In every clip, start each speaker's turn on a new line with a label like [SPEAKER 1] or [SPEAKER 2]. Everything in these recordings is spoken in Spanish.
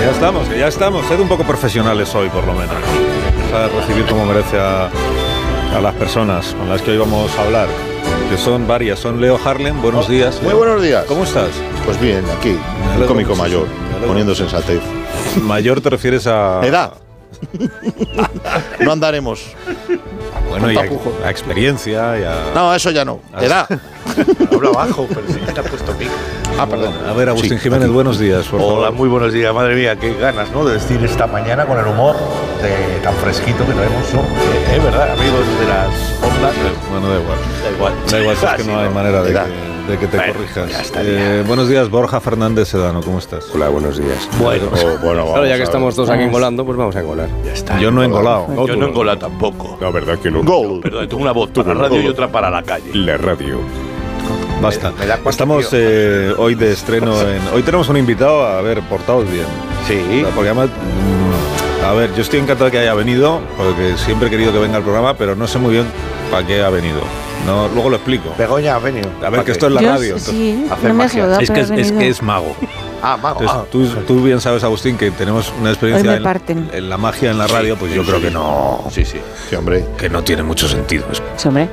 [SPEAKER 1] estamos, que ya estamos, que ya estamos. Sed un poco profesionales hoy, por lo menos. Empezad a recibir como merece a, a las personas con las que hoy vamos a hablar, que son varias. Son Leo Harlem, buenos días.
[SPEAKER 2] Muy buenos días.
[SPEAKER 1] ¿Cómo estás?
[SPEAKER 2] Pues bien, aquí, el
[SPEAKER 1] alegro
[SPEAKER 2] cómico
[SPEAKER 1] mucho,
[SPEAKER 2] mayor,
[SPEAKER 1] sí, me alegro
[SPEAKER 2] poniéndose en sensatez.
[SPEAKER 1] Mayor te refieres a...
[SPEAKER 2] Edad. no andaremos.
[SPEAKER 1] Bueno, y a,
[SPEAKER 2] tapujo.
[SPEAKER 1] a experiencia y a...
[SPEAKER 2] No, eso ya no. Edad.
[SPEAKER 3] Habla abajo, pero sí que te has puesto pico.
[SPEAKER 2] Ah, perdón.
[SPEAKER 1] A ver, Agustín
[SPEAKER 2] Sí,
[SPEAKER 1] Jiménez,
[SPEAKER 2] aquí.
[SPEAKER 1] buenos días. por favor.
[SPEAKER 3] Hola, muy buenos días. Madre mía, qué ganas, ¿no? De decir esta mañana con el humor de- tan fresquito que traemos, ¿no? Eh, eh, ¿Verdad, amigos de las ondas?
[SPEAKER 1] Bueno, da igual.
[SPEAKER 3] Da igual. Ah,
[SPEAKER 1] Da igual, si es que
[SPEAKER 3] Así,
[SPEAKER 1] no hay manera de
[SPEAKER 2] Edad.
[SPEAKER 1] que, de que te
[SPEAKER 3] Bueno,
[SPEAKER 1] corrijas.
[SPEAKER 3] ya está,
[SPEAKER 1] Eh, buenos días, Borja Fernández Sedano, ¿cómo estás?
[SPEAKER 4] Hola, buenos días.
[SPEAKER 3] Bueno,
[SPEAKER 2] Oh, bueno, vamos
[SPEAKER 4] Ahora ya
[SPEAKER 2] a
[SPEAKER 4] que
[SPEAKER 2] ver.
[SPEAKER 4] estamos todos aquí engolando, pues vamos a engolar.
[SPEAKER 3] ya está.
[SPEAKER 1] Yo no he engolado.
[SPEAKER 3] Yo no engola tampoco.
[SPEAKER 4] La verdad que no.
[SPEAKER 2] Gold.
[SPEAKER 3] Perdón, tengo una voz para la radio y otra para la calle.
[SPEAKER 4] La radio.
[SPEAKER 1] Basta.
[SPEAKER 3] Me da cuenta,
[SPEAKER 1] Estamos
[SPEAKER 3] tío.
[SPEAKER 1] eh, hoy de estreno en... Hoy tenemos un invitado, a ver, portaos bien.
[SPEAKER 3] Sí.
[SPEAKER 1] Porque además... mm, A ver, yo estoy encantado de que haya venido, porque siempre he querido que venga al programa, pero no sé muy bien para qué ha venido. No, luego lo explico.
[SPEAKER 3] Begoña, has venido.
[SPEAKER 1] A ver, que esto es la
[SPEAKER 5] Yo
[SPEAKER 1] radio.
[SPEAKER 5] sí, sí,
[SPEAKER 3] hacer
[SPEAKER 5] no me has
[SPEAKER 3] magia.
[SPEAKER 5] saludado,
[SPEAKER 1] Es que
[SPEAKER 5] pero
[SPEAKER 1] es,
[SPEAKER 5] he
[SPEAKER 1] es que
[SPEAKER 5] venido.
[SPEAKER 1] es mago.
[SPEAKER 3] Ah, mago.
[SPEAKER 1] Entonces,
[SPEAKER 3] ah.
[SPEAKER 1] tú, tú bien sabes, Agustín, que tenemos una experiencia
[SPEAKER 5] me
[SPEAKER 1] en-
[SPEAKER 5] parten.
[SPEAKER 1] en, la magia en la radio, pues yo creo que no,
[SPEAKER 3] Sí, sí.
[SPEAKER 2] Sí, hombre.
[SPEAKER 1] que no tiene mucho sentido. Es-
[SPEAKER 5] Sí, hombre.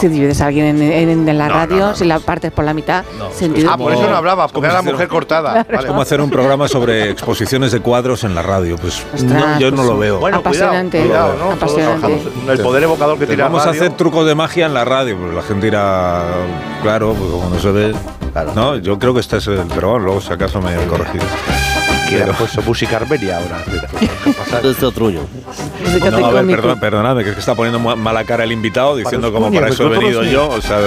[SPEAKER 5] Si divides a alguien en, en- en la
[SPEAKER 1] No,
[SPEAKER 5] radio,
[SPEAKER 1] no, no,
[SPEAKER 5] si
[SPEAKER 1] no.
[SPEAKER 5] la partes por la mitad,
[SPEAKER 1] No, es
[SPEAKER 5] sentido.
[SPEAKER 3] Ah, por
[SPEAKER 1] como-
[SPEAKER 3] eso no hablaba,
[SPEAKER 1] es como
[SPEAKER 3] porque era
[SPEAKER 1] si
[SPEAKER 3] la mujer
[SPEAKER 1] hiciera-
[SPEAKER 3] cortada. Vale.
[SPEAKER 1] Es como hacer un programa sobre exposiciones de cuadros en la radio, pues no,
[SPEAKER 5] Ostras,
[SPEAKER 1] yo no
[SPEAKER 5] pues
[SPEAKER 1] lo
[SPEAKER 5] sí.
[SPEAKER 1] veo.
[SPEAKER 5] Bueno, Apasionante.
[SPEAKER 3] Cuidado, cuidado, ¿no? Todos
[SPEAKER 5] Apasionante.
[SPEAKER 3] trabajamos en El poder evocador que
[SPEAKER 1] Pues
[SPEAKER 3] tira
[SPEAKER 1] vamos
[SPEAKER 3] la
[SPEAKER 1] a
[SPEAKER 3] radio.
[SPEAKER 1] hacer trucos de magia en la radio, pues la gente irá, claro, pues como no se ve. No, yo creo que este es el pero bueno, luego si acaso me corregiré.
[SPEAKER 3] Que le ha puesto música armenia ahora. ¿Qué pasa?
[SPEAKER 5] Es que
[SPEAKER 1] No,
[SPEAKER 5] te
[SPEAKER 1] a ver,
[SPEAKER 5] cómico.
[SPEAKER 1] perdón, perdóname, que es que está poniendo mu- mala cara el invitado diciendo
[SPEAKER 3] los
[SPEAKER 1] como
[SPEAKER 3] puños,
[SPEAKER 1] para
[SPEAKER 3] me
[SPEAKER 1] eso he
[SPEAKER 3] cortó los
[SPEAKER 1] venido yo. O sea,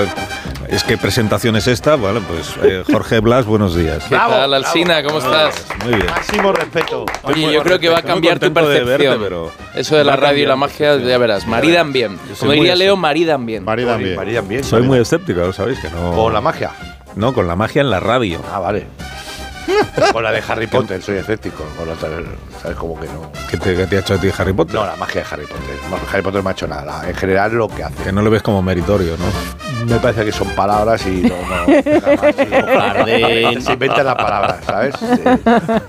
[SPEAKER 1] es que presentación es esta. Bueno, pues eh, Jorge Blas, buenos días.
[SPEAKER 4] ¿Qué
[SPEAKER 3] Bravo,
[SPEAKER 4] tal, Alsina?
[SPEAKER 3] bravo.
[SPEAKER 4] ¿Cómo estás?
[SPEAKER 1] Muy bien.
[SPEAKER 3] Máximo respeto.
[SPEAKER 4] Oye, yo creo que va a
[SPEAKER 1] Estoy muy
[SPEAKER 4] cambiar tu
[SPEAKER 1] contento de
[SPEAKER 4] percepción.
[SPEAKER 1] verte, pero-
[SPEAKER 4] Eso de
[SPEAKER 1] Va
[SPEAKER 4] la
[SPEAKER 1] a
[SPEAKER 4] radio y
[SPEAKER 1] cambiar
[SPEAKER 4] la
[SPEAKER 1] mi
[SPEAKER 4] magia,
[SPEAKER 1] percepción.
[SPEAKER 4] ya verás, maridan bien.
[SPEAKER 1] Yo soy
[SPEAKER 4] Como
[SPEAKER 1] muy
[SPEAKER 4] diría
[SPEAKER 1] así.
[SPEAKER 4] Leo, maridan bien.
[SPEAKER 2] Marida
[SPEAKER 3] María
[SPEAKER 2] también.
[SPEAKER 3] María bien.
[SPEAKER 1] Soy
[SPEAKER 3] María.
[SPEAKER 1] muy escéptico, ¿lo sabéis? Que no,
[SPEAKER 3] Con la magia.
[SPEAKER 1] no, con la magia en la radio.
[SPEAKER 3] Ah, vale. Con la de Harry Potter, soy escéptico. Con la otra, ¿sabes? Como que no.
[SPEAKER 1] ¿Qué te, qué te ha hecho a ti Harry Potter?
[SPEAKER 3] No, la magia de Harry Potter. No, Harry Potter no ha hecho nada. La- En general, lo que hace.
[SPEAKER 1] Que no lo ves como meritorio, ¿no?
[SPEAKER 3] Me parece que son palabras y no. no se inventan las palabras, ¿sabes? Sí.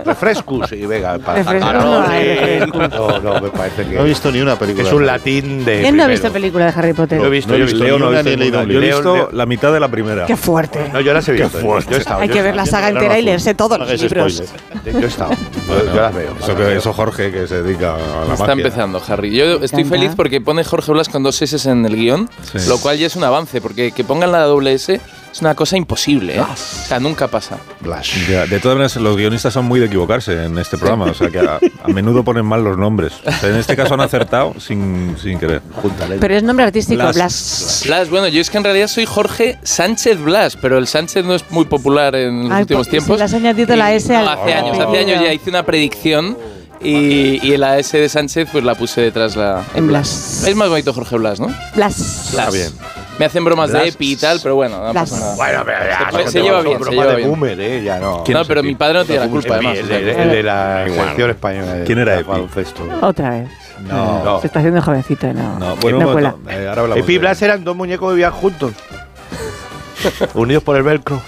[SPEAKER 3] refrescus y venga. para-
[SPEAKER 5] Refrescus,
[SPEAKER 3] Carole.
[SPEAKER 5] no hay refrescus.
[SPEAKER 3] no, no, me parece que.
[SPEAKER 2] No he visto ni una película.
[SPEAKER 3] es un latín de.
[SPEAKER 5] ¿Quién no ha
[SPEAKER 3] Eh, primero.
[SPEAKER 5] visto película de Harry Potter?
[SPEAKER 3] Lo he visto,
[SPEAKER 2] No he
[SPEAKER 3] yo he
[SPEAKER 2] visto
[SPEAKER 3] visto.
[SPEAKER 2] ni
[SPEAKER 1] Leo no
[SPEAKER 2] una
[SPEAKER 1] he visto
[SPEAKER 2] ni he leído
[SPEAKER 1] ninguna.
[SPEAKER 2] un
[SPEAKER 1] Yo he
[SPEAKER 3] libro.
[SPEAKER 1] visto
[SPEAKER 3] Leo, Leo.
[SPEAKER 1] la mitad de la primera.
[SPEAKER 5] ¡Qué fuerte!
[SPEAKER 3] No, yo las he visto. Yo he estado,
[SPEAKER 5] Hay
[SPEAKER 3] yo
[SPEAKER 5] que
[SPEAKER 3] he
[SPEAKER 5] ver la
[SPEAKER 3] estado.
[SPEAKER 5] saga entera y leerse todos los
[SPEAKER 2] Hagáis
[SPEAKER 5] libros.
[SPEAKER 2] spoiler.
[SPEAKER 3] Yo he estado. Yo-
[SPEAKER 1] Bueno,
[SPEAKER 3] yo las veo.
[SPEAKER 1] Eso, que- eso Jorge, que se dedica a la
[SPEAKER 4] Está
[SPEAKER 1] magia.
[SPEAKER 4] empezando, Harry. Yo estoy
[SPEAKER 5] encanta.
[SPEAKER 4] feliz porque pone Jorge Blas con dos S en el guión,
[SPEAKER 1] Sí.
[SPEAKER 4] lo cual ya es un avance, porque que pongan la doble S es una cosa imposible,
[SPEAKER 1] Ah.
[SPEAKER 4] ¿eh? O sea, nunca pasa.
[SPEAKER 3] Blas.
[SPEAKER 1] Ya, de todas maneras, los guionistas son muy de equivocarse en este programa, o sea que a, a menudo ponen mal los nombres. O sea, en este caso han acertado sin, sin querer.
[SPEAKER 3] Júntale.
[SPEAKER 5] Pero es nombre artístico,
[SPEAKER 1] Blas.
[SPEAKER 5] Blas.
[SPEAKER 4] Blas, bueno, yo es que en realidad soy Jorge Sánchez Blas, pero el Sánchez no es muy popular en los
[SPEAKER 5] Ay,
[SPEAKER 4] últimos
[SPEAKER 5] pues,
[SPEAKER 4] tiempos.
[SPEAKER 5] le has añadido la
[SPEAKER 4] Y-
[SPEAKER 5] S al
[SPEAKER 4] no, hace años, hace
[SPEAKER 5] apellido.
[SPEAKER 4] años ya hice una predicción y, y la S de Sánchez pues la puse detrás la
[SPEAKER 5] En Blas.
[SPEAKER 4] Es más bonito Jorge Blas, ¿no?
[SPEAKER 5] Blas.
[SPEAKER 4] Blas.
[SPEAKER 3] bien.
[SPEAKER 4] Me hacen bromas de
[SPEAKER 3] Blas.
[SPEAKER 4] Epi y tal, pero bueno, no
[SPEAKER 5] Blas.
[SPEAKER 4] pasa nada.
[SPEAKER 3] Bueno, pero ya,
[SPEAKER 4] Se-
[SPEAKER 3] no
[SPEAKER 4] se
[SPEAKER 3] te
[SPEAKER 4] lleva
[SPEAKER 3] vas a un
[SPEAKER 4] bien, se
[SPEAKER 3] broma
[SPEAKER 4] lleva
[SPEAKER 3] de
[SPEAKER 4] bien.
[SPEAKER 3] boomer, eh, ya no.
[SPEAKER 4] No, pero mi padre no tiene la culpa, además. o
[SPEAKER 3] El,
[SPEAKER 4] sea
[SPEAKER 3] de-
[SPEAKER 4] que-
[SPEAKER 3] el de la selección española. de-
[SPEAKER 1] ¿Quién era
[SPEAKER 3] de
[SPEAKER 1] Epi?
[SPEAKER 3] baloncesto.
[SPEAKER 5] Otra vez.
[SPEAKER 1] No,
[SPEAKER 3] No.
[SPEAKER 5] Se está haciendo jovencito y no,
[SPEAKER 1] no, bueno,
[SPEAKER 5] no
[SPEAKER 1] un
[SPEAKER 5] cuela.
[SPEAKER 1] momento, eh, ahora hablamos
[SPEAKER 3] Epi y
[SPEAKER 1] de-
[SPEAKER 3] Blas eran dos muñecos que vivían juntos. Unidos por el velcro.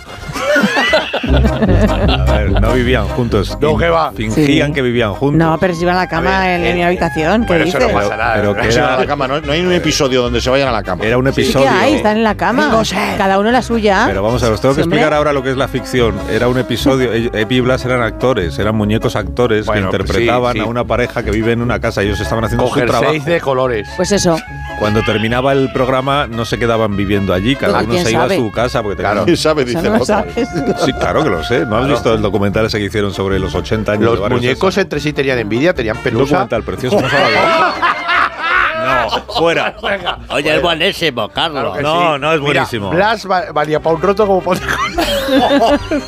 [SPEAKER 1] A ver, no vivían juntos.
[SPEAKER 3] No, ¿qué va?
[SPEAKER 1] Fingían
[SPEAKER 5] Sí.
[SPEAKER 1] que vivivían juntos.
[SPEAKER 5] No, pero si van a la cama
[SPEAKER 3] A ver,
[SPEAKER 5] en, en mi
[SPEAKER 3] eh,
[SPEAKER 5] habitación, ¿qué
[SPEAKER 3] Bueno,
[SPEAKER 5] dices?
[SPEAKER 3] eso no pasa nada.
[SPEAKER 1] Pero que
[SPEAKER 2] No se van a la
[SPEAKER 1] era,
[SPEAKER 2] cama, no, no hay un episodio donde se vayan a la cama.
[SPEAKER 1] era un
[SPEAKER 5] ¿Y
[SPEAKER 1] episodio.
[SPEAKER 5] ¿Qué hay? Están en la cama. Cada uno la suya.
[SPEAKER 1] Pero vamos a ver, os tengo
[SPEAKER 5] Ah,
[SPEAKER 1] que
[SPEAKER 5] Sí, hombre.
[SPEAKER 1] explicar ahora lo que es la ficción. Era un episodio. e- Epi y Blas eran actores, eran muñecos actores
[SPEAKER 3] Bueno,
[SPEAKER 1] que
[SPEAKER 3] pues sí,
[SPEAKER 1] interpretaban
[SPEAKER 3] sí.
[SPEAKER 1] a una pareja que vive en una casa. Ellos estaban haciendo su
[SPEAKER 3] Coger
[SPEAKER 1] trabajo.
[SPEAKER 3] seis de colores.
[SPEAKER 5] Pues eso.
[SPEAKER 1] Cuando terminaba el programa, no se quedaban viviendo allí. Cada
[SPEAKER 5] Ah,
[SPEAKER 1] uno
[SPEAKER 5] ¿quién
[SPEAKER 1] se iba a
[SPEAKER 5] sabe?
[SPEAKER 1] su casa porque
[SPEAKER 2] Claro.
[SPEAKER 1] tenían-
[SPEAKER 2] sabe,
[SPEAKER 5] Eso
[SPEAKER 2] dice
[SPEAKER 5] no
[SPEAKER 2] el
[SPEAKER 5] lo
[SPEAKER 2] otro.
[SPEAKER 5] sabes.
[SPEAKER 1] Sí, claro que lo sé. ¿No has visto el documental ese que hicieron sobre los 80 años de
[SPEAKER 6] Los
[SPEAKER 1] Barrio
[SPEAKER 6] muñecos
[SPEAKER 1] Sésamo?
[SPEAKER 6] entre sí tenían envidia, tenían
[SPEAKER 1] Un
[SPEAKER 6] pelusa.
[SPEAKER 1] documental precioso. Vamos a hablar de él. No, fuera.
[SPEAKER 7] Oye, es buenísimo, Carlos.
[SPEAKER 6] que
[SPEAKER 1] No, no, es
[SPEAKER 6] Mira,
[SPEAKER 1] buenísimo.
[SPEAKER 6] Blas va- valía para un roto como para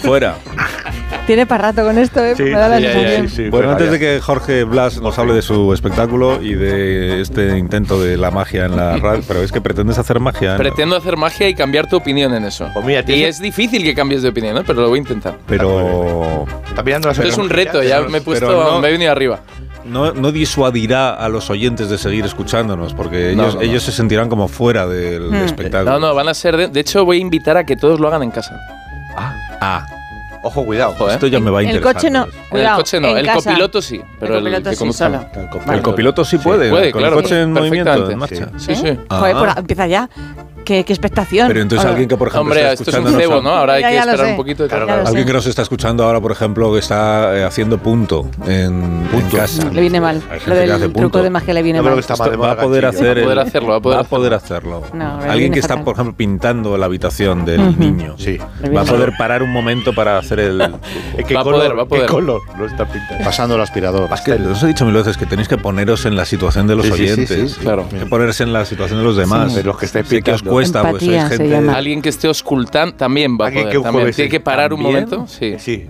[SPEAKER 1] Fuera.
[SPEAKER 5] Tiene para rato con esto, ¿eh? Me da la sensación.
[SPEAKER 1] Bueno, antes de que Jorge Blas nos hable de su espectáculo y de este intento de la magia en la radio, pero es que pretendes hacer magia. ¿no?
[SPEAKER 4] Pretendo hacer magia y cambiar tu opinión en eso.
[SPEAKER 6] Pues mira,
[SPEAKER 4] y
[SPEAKER 6] tienes-
[SPEAKER 4] es difícil que cambies de opinión, ¿eh? pero lo voy a intentar.
[SPEAKER 1] Pero
[SPEAKER 6] Está mirando las
[SPEAKER 4] Esto es un reto, ya me he puesto,
[SPEAKER 1] pero no-
[SPEAKER 4] me he venido arriba.
[SPEAKER 1] no, no disuadirá a los oyentes de seguir escuchándonos, porque
[SPEAKER 4] No,
[SPEAKER 1] ellos,
[SPEAKER 4] no, no.
[SPEAKER 1] ellos se sentirán como fuera del
[SPEAKER 5] Mm.
[SPEAKER 1] espectáculo.
[SPEAKER 4] No, no, van a ser. De, de hecho, voy a invitar a que todos lo hagan en casa.
[SPEAKER 6] Ojo, cuidado.
[SPEAKER 4] Ojo, ¿eh?
[SPEAKER 1] Ah, Esto ya me va a
[SPEAKER 5] El
[SPEAKER 1] interesar.
[SPEAKER 5] coche no.
[SPEAKER 4] En
[SPEAKER 5] Cuidado,
[SPEAKER 4] el coche no,
[SPEAKER 5] en
[SPEAKER 4] el
[SPEAKER 5] casa.
[SPEAKER 4] copiloto sí, pero el,
[SPEAKER 5] copiloto
[SPEAKER 4] que
[SPEAKER 5] sí,
[SPEAKER 4] conduzca no.
[SPEAKER 5] solo.
[SPEAKER 4] El
[SPEAKER 1] El copiloto sí puede,
[SPEAKER 4] puede,
[SPEAKER 1] con
[SPEAKER 4] claro,
[SPEAKER 1] el coche en movimiento, en
[SPEAKER 4] perfectamente.
[SPEAKER 1] marcha.
[SPEAKER 4] Sí, sí.
[SPEAKER 5] Joder,
[SPEAKER 1] Ah.
[SPEAKER 5] pues empieza ya. Qué, qué expectación.
[SPEAKER 1] Pero entonces
[SPEAKER 5] Hola.
[SPEAKER 1] alguien que, por ejemplo,
[SPEAKER 4] Hombre,
[SPEAKER 1] está
[SPEAKER 4] esto es un
[SPEAKER 1] escuchándonos
[SPEAKER 4] cebo,
[SPEAKER 1] ahora-
[SPEAKER 4] ¿no? Ahora hay
[SPEAKER 5] Ya,
[SPEAKER 4] que
[SPEAKER 5] ya lo
[SPEAKER 4] esperar
[SPEAKER 5] sé.
[SPEAKER 4] un poquito. de
[SPEAKER 5] Claro,
[SPEAKER 4] calma.
[SPEAKER 5] claro.
[SPEAKER 1] Alguien
[SPEAKER 5] sé.
[SPEAKER 1] que nos está escuchando ahora, por ejemplo, que está eh, haciendo punto en, en casa.
[SPEAKER 5] Le viene mal.
[SPEAKER 1] Hay gente
[SPEAKER 5] Lo
[SPEAKER 1] que hace
[SPEAKER 5] del truco
[SPEAKER 1] punto.
[SPEAKER 5] de magia le viene
[SPEAKER 6] Yo creo
[SPEAKER 5] mal.
[SPEAKER 6] que está
[SPEAKER 1] Esto
[SPEAKER 6] mal de
[SPEAKER 1] va a
[SPEAKER 6] moda,
[SPEAKER 1] poder
[SPEAKER 6] ganchillo.
[SPEAKER 1] hacer
[SPEAKER 4] Va a poder
[SPEAKER 1] el-
[SPEAKER 4] hacerlo, va a poder
[SPEAKER 1] hacerlo.
[SPEAKER 5] No, me
[SPEAKER 1] Alguien
[SPEAKER 5] viene
[SPEAKER 1] que está
[SPEAKER 5] fatal.
[SPEAKER 1] por ejemplo pintando la habitación del
[SPEAKER 5] Ujú.
[SPEAKER 1] niño
[SPEAKER 6] Sí.
[SPEAKER 1] va a poder parar un momento para hacer el
[SPEAKER 6] Eh, ¿Qué
[SPEAKER 4] Va a
[SPEAKER 6] color,
[SPEAKER 4] poder, va a poder.
[SPEAKER 6] ¿Qué color? No está pintado.
[SPEAKER 2] Pasando el aspirador.
[SPEAKER 1] Es que os he dicho mil veces que tenéis que poneros en la situación de los
[SPEAKER 6] Sí, sí, sí,
[SPEAKER 1] oyentes
[SPEAKER 6] sí,
[SPEAKER 4] claro.
[SPEAKER 1] Hay que ponerse en la situación de los demás
[SPEAKER 6] De los que estáis
[SPEAKER 1] sé que os
[SPEAKER 6] pintando.
[SPEAKER 1] cuesta pues sois
[SPEAKER 5] Empatía se
[SPEAKER 1] gente
[SPEAKER 5] llama.
[SPEAKER 4] Alguien que esté oscultando también va a
[SPEAKER 6] Alguien
[SPEAKER 4] poder.
[SPEAKER 6] que un
[SPEAKER 4] también.
[SPEAKER 6] jueves
[SPEAKER 4] Tiene que parar un
[SPEAKER 6] también.
[SPEAKER 4] momento. Sí.
[SPEAKER 6] Sí.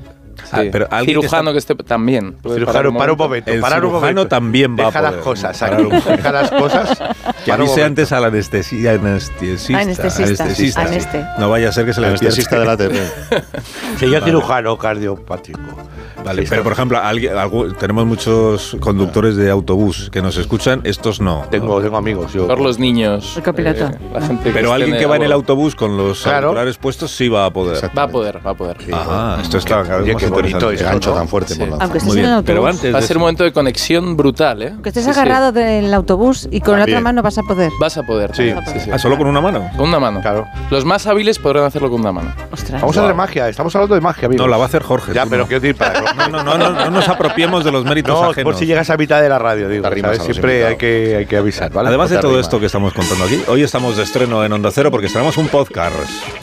[SPEAKER 1] Ah,
[SPEAKER 4] Sí.
[SPEAKER 1] pero alguien que
[SPEAKER 4] cirujano que, esté también. Puede parar
[SPEAKER 6] Cirujano, para un momento.
[SPEAKER 1] El
[SPEAKER 6] Pues parar un
[SPEAKER 1] cirujano
[SPEAKER 6] momento.
[SPEAKER 1] también va a
[SPEAKER 6] Deja
[SPEAKER 1] poder.
[SPEAKER 6] las cosas.
[SPEAKER 1] Parar
[SPEAKER 6] aquí,
[SPEAKER 1] un momento.
[SPEAKER 6] Deja las cosas.
[SPEAKER 1] que
[SPEAKER 6] para un
[SPEAKER 1] avise
[SPEAKER 6] momento.
[SPEAKER 1] antes al anestesia, anestesista,
[SPEAKER 5] Anestesista,
[SPEAKER 1] anestesista.
[SPEAKER 5] aneste.
[SPEAKER 1] no vaya a ser que se le
[SPEAKER 2] Anestesista de
[SPEAKER 1] despierte.
[SPEAKER 2] la ATP.
[SPEAKER 6] Sería cirujano cardiopático.
[SPEAKER 1] Vale, pero por ejemplo, alguien- algún- tenemos muchos conductores de autobús que nos escuchan, estos no.
[SPEAKER 6] Tengo, tengo amigos. Yo.
[SPEAKER 4] Por los niños. Eh,
[SPEAKER 5] El copiloto.
[SPEAKER 4] la gente
[SPEAKER 1] Pero
[SPEAKER 4] esté
[SPEAKER 1] alguien que va en el
[SPEAKER 4] agua.
[SPEAKER 1] autobús con los
[SPEAKER 6] Claro.
[SPEAKER 1] auriculares puestos sí va a poder.
[SPEAKER 4] Va a poder, va a poder.
[SPEAKER 1] Ajá, esto está cada vez
[SPEAKER 6] Oye,
[SPEAKER 1] más
[SPEAKER 6] qué bonito
[SPEAKER 1] interesante.
[SPEAKER 2] Qué
[SPEAKER 6] eso,
[SPEAKER 2] gancho
[SPEAKER 6] ¿no?
[SPEAKER 2] tan fuerte,
[SPEAKER 4] Sí.
[SPEAKER 2] por la
[SPEAKER 5] Aunque estés
[SPEAKER 1] Muy
[SPEAKER 5] en
[SPEAKER 1] bien,
[SPEAKER 5] un
[SPEAKER 1] pero
[SPEAKER 5] autobús.
[SPEAKER 1] antes
[SPEAKER 4] Va a
[SPEAKER 1] de
[SPEAKER 4] ser
[SPEAKER 1] eso-
[SPEAKER 4] un momento de conexión brutal, ¿eh?
[SPEAKER 5] Que estés
[SPEAKER 4] Sí, sí.
[SPEAKER 5] agarrado del autobús y con la otra
[SPEAKER 6] También.
[SPEAKER 5] mano vas a poder.
[SPEAKER 4] Vas a poder.
[SPEAKER 6] Sí,
[SPEAKER 4] sí, sí.
[SPEAKER 1] Ah, solo con una mano.
[SPEAKER 4] Con una mano.
[SPEAKER 6] Claro.
[SPEAKER 4] Los más hábiles podrán hacerlo con una mano.
[SPEAKER 5] Ostras.
[SPEAKER 6] Vamos a hacer magia. eh. Estamos hablando de magia, amigos.
[SPEAKER 1] No, la va a hacer Jorge.
[SPEAKER 6] Ya,
[SPEAKER 1] tú
[SPEAKER 6] pero
[SPEAKER 1] no.
[SPEAKER 6] quiero decir para.
[SPEAKER 1] No, no, no, no, no nos apropiemos de los méritos
[SPEAKER 6] No,
[SPEAKER 1] ajenos.
[SPEAKER 6] por si llegas a mitad de la radio, digo.
[SPEAKER 2] Te arrimas
[SPEAKER 6] ¿sabes?
[SPEAKER 2] a los
[SPEAKER 6] Siempre hay
[SPEAKER 2] invitados.
[SPEAKER 6] que, hay que avisar, ¿vale?
[SPEAKER 1] Además de
[SPEAKER 6] Te
[SPEAKER 1] todo
[SPEAKER 6] arrimas.
[SPEAKER 1] esto que estamos contando aquí, hoy estamos de estreno en Onda Cero porque estrenamos un podcast.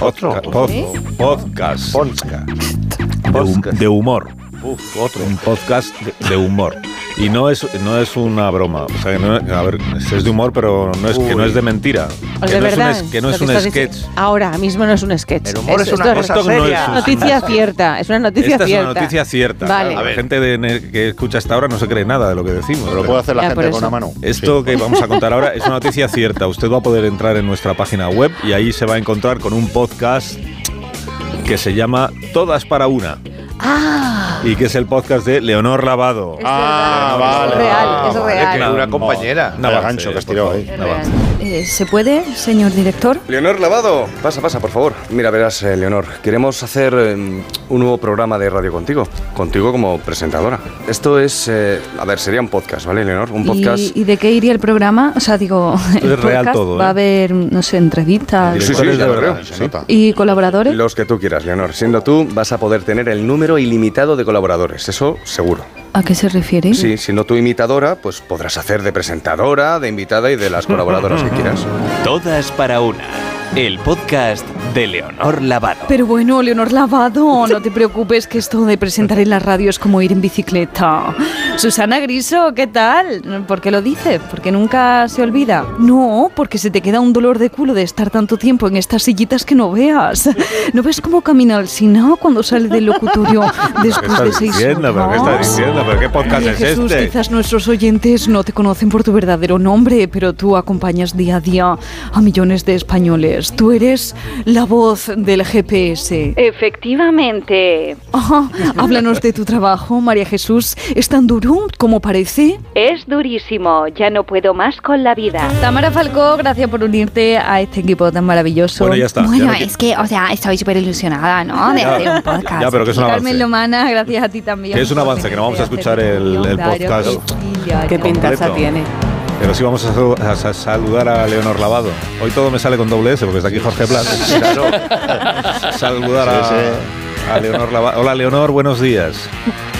[SPEAKER 6] ¿Otro?
[SPEAKER 1] Podca- pod-
[SPEAKER 5] ¿Sí?
[SPEAKER 1] Podcast.
[SPEAKER 6] Ponska.
[SPEAKER 1] de, hum-
[SPEAKER 6] podcast.
[SPEAKER 1] de humor.
[SPEAKER 6] Uf, otro.
[SPEAKER 1] Un podcast de, de humor. Y no es, no es una broma. O sea, que no- a ver, es de humor, pero no es, que no es de mentira.
[SPEAKER 5] O Pues
[SPEAKER 1] Que
[SPEAKER 5] de
[SPEAKER 1] no es un
[SPEAKER 5] verdad.
[SPEAKER 1] es- que no
[SPEAKER 5] lo
[SPEAKER 1] es un
[SPEAKER 5] estás
[SPEAKER 1] sketch.
[SPEAKER 5] diciendo- Ahora mismo no es un sketch.
[SPEAKER 6] El humor es
[SPEAKER 5] Esto-
[SPEAKER 6] una
[SPEAKER 5] esto
[SPEAKER 6] cosa
[SPEAKER 1] esto no es
[SPEAKER 6] seria.
[SPEAKER 1] un-
[SPEAKER 5] Noticia cierta. Es una noticia
[SPEAKER 1] Esta
[SPEAKER 5] cierta.
[SPEAKER 1] es una noticia cierta.
[SPEAKER 5] Vale.
[SPEAKER 1] La gente de ne- que escucha hasta ahora no se cree nada de lo que decimos.
[SPEAKER 2] Lo
[SPEAKER 1] pero-
[SPEAKER 2] puede hacer la
[SPEAKER 5] Ya, por
[SPEAKER 2] gente con
[SPEAKER 5] eso.
[SPEAKER 2] una mano.
[SPEAKER 1] Esto que vamos a contar ahora es una noticia cierta. Usted va a poder entrar en nuestra página web y ahí se va a encontrar con un podcast que se llama Todas para una
[SPEAKER 5] Ah.
[SPEAKER 1] y que es el podcast de Leonor Lavado.
[SPEAKER 5] Es
[SPEAKER 2] Ah,
[SPEAKER 5] verdad.
[SPEAKER 2] vale.
[SPEAKER 5] Es real, es
[SPEAKER 2] Ah,
[SPEAKER 6] vale,
[SPEAKER 5] real.
[SPEAKER 6] que una compañera.
[SPEAKER 1] No, avance,
[SPEAKER 2] gancho que
[SPEAKER 1] por
[SPEAKER 2] has tirado
[SPEAKER 1] favor,
[SPEAKER 2] ahí.
[SPEAKER 5] Es
[SPEAKER 1] no avance.
[SPEAKER 5] real.
[SPEAKER 8] Eh, ¿Se puede, señor director?
[SPEAKER 9] Leonor Lavado. Pasa, pasa, por favor. Mira, verás, eh, Leonor, queremos hacer eh, un nuevo programa de radio contigo. Contigo como presentadora. Esto es, eh, a ver, sería un podcast, ¿vale, Leonor? Un podcast...
[SPEAKER 8] ¿Y, y de qué iría el programa? O sea, digo, el
[SPEAKER 1] es real
[SPEAKER 8] podcast,
[SPEAKER 1] todo, ¿eh?
[SPEAKER 8] va a haber, no sé, entrevistas
[SPEAKER 1] Directores
[SPEAKER 9] sí, ya
[SPEAKER 1] de
[SPEAKER 9] lo
[SPEAKER 1] verdad.
[SPEAKER 9] creo.
[SPEAKER 2] Ah, Se
[SPEAKER 1] ¿sí?
[SPEAKER 2] nota.
[SPEAKER 8] y colaboradores.
[SPEAKER 9] Los que tú quieras, Leonor. Siendo tú, vas a poder tener el número ilimitado de colaboradores, eso seguro.
[SPEAKER 8] ¿A qué se refiere?
[SPEAKER 9] Sí, siendo tú imitadora, pues podrás hacer de presentadora, de invitada y de las colaboradoras que quieras.
[SPEAKER 10] Todas para una. El podcast de Leonor Lavado.
[SPEAKER 8] Pero bueno, Leonor Lavado, no te preocupes que esto de presentar en la radio es como ir en bicicleta. Susana Griso, ¿qué tal? ¿Por qué lo dices? ¿Porque nunca se olvida? No, porque se te queda un dolor de culo de estar tanto tiempo en estas sillitas que no veas. ¿No ves cómo camina el Sina cuando sale del locutorio
[SPEAKER 1] ¿Qué
[SPEAKER 8] después de
[SPEAKER 1] estás
[SPEAKER 8] seis
[SPEAKER 1] diciendo? ¿Pero qué estás
[SPEAKER 8] horas?
[SPEAKER 1] diciendo? ¿Pero qué podcast
[SPEAKER 8] Oye,
[SPEAKER 1] es
[SPEAKER 8] Jesús,
[SPEAKER 1] este?
[SPEAKER 8] quizás nuestros oyentes no te conocen por tu verdadero nombre, pero tú acompañas día a día a millones de españoles. Tú eres la voz del GPS.
[SPEAKER 11] Efectivamente,
[SPEAKER 8] Ajá, háblanos de tu trabajo, María Jesús. ¿Es tan duro como parece?
[SPEAKER 11] es durísimo, ya no puedo más con la vida.
[SPEAKER 8] Tamara Falcó, gracias por unirte a este equipo tan maravilloso.
[SPEAKER 1] Bueno, ya está. Ya
[SPEAKER 11] Bueno,
[SPEAKER 1] me qui-
[SPEAKER 11] es que, o sea, estoy súper ilusionada, ¿no? De
[SPEAKER 1] Ya.
[SPEAKER 11] hacer un podcast.
[SPEAKER 1] Ya, pero que es un avance.
[SPEAKER 8] Carmen Lomana, gracias a ti también.
[SPEAKER 1] Que es un avance, que no vamos a escuchar el- el podcast.
[SPEAKER 5] Qué pintaza
[SPEAKER 1] Completo.
[SPEAKER 5] tiene.
[SPEAKER 1] Pero sí vamos a, sal- a sal- saludar a Leonor Lavado. Hoy todo me sale con doble S porque está aquí Jorge Blas.
[SPEAKER 6] Claro.
[SPEAKER 1] saludar a,
[SPEAKER 2] Sí,
[SPEAKER 1] a Leonor Lava- Hola, Leonor, buenos días.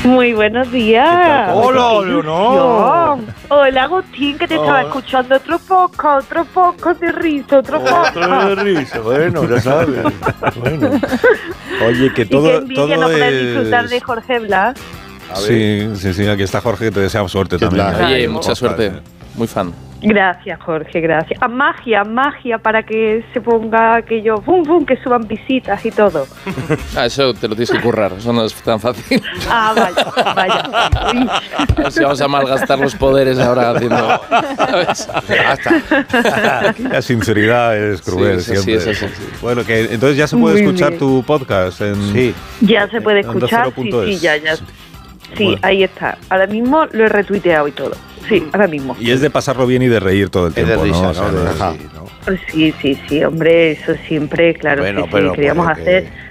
[SPEAKER 12] Muy buenos días.
[SPEAKER 1] ¿Qué tal? Hola,
[SPEAKER 12] Qué
[SPEAKER 1] Leonor.
[SPEAKER 12] ilusión. Hola, Agustín, que te estaba
[SPEAKER 1] Oh.
[SPEAKER 3] Hola.
[SPEAKER 12] escuchando otro poco, otro poco de risa, otro
[SPEAKER 3] Otro de
[SPEAKER 12] poco.
[SPEAKER 3] risa, bueno, ya sabes. Bueno.
[SPEAKER 1] Oye, que
[SPEAKER 12] Y qué
[SPEAKER 1] todo,
[SPEAKER 12] envidia no
[SPEAKER 1] todo
[SPEAKER 12] poder disfrutar
[SPEAKER 1] es...
[SPEAKER 12] de Jorge Blas.
[SPEAKER 1] Sí, sí, sí, aquí está Jorge, que te deseamos suerte también.
[SPEAKER 12] tal? Oye,
[SPEAKER 4] mucha suerte.
[SPEAKER 1] eh".
[SPEAKER 4] Muy fan.
[SPEAKER 12] Gracias, Jorge, gracias. A magia, magia, para que se ponga aquello, bum, bum, que suban visitas y todo.
[SPEAKER 4] Ah, eso te lo tienes que currar, eso no es tan fácil.
[SPEAKER 12] Ah, vaya, vaya. Uy.
[SPEAKER 4] A ver si vamos a malgastar los poderes ahora haciendo.
[SPEAKER 1] La sinceridad es cruel
[SPEAKER 4] Sí, sí, sí,
[SPEAKER 1] siempre.
[SPEAKER 4] eso sí.
[SPEAKER 1] Bueno, que entonces ya se puede
[SPEAKER 12] Muy
[SPEAKER 1] escuchar
[SPEAKER 12] bien.
[SPEAKER 1] tu podcast en... Sí.
[SPEAKER 12] Ya se puede
[SPEAKER 1] Onda
[SPEAKER 12] escuchar, sí,
[SPEAKER 1] 0.es.
[SPEAKER 12] sí, ya, ya. Sí,
[SPEAKER 1] Bueno.
[SPEAKER 12] ahí está. Ahora mismo lo he retuiteado y todo. Sí, ahora mismo.
[SPEAKER 1] Y es de pasarlo bien y de reír todo el tiempo,
[SPEAKER 3] risa,
[SPEAKER 1] ¿no?
[SPEAKER 3] ¿no? De-
[SPEAKER 1] ajá.
[SPEAKER 12] Pues Sí, sí, sí, hombre, eso siempre, claro
[SPEAKER 3] Bueno,
[SPEAKER 12] que sí,
[SPEAKER 3] pero
[SPEAKER 12] queríamos
[SPEAKER 3] puede
[SPEAKER 12] hacer.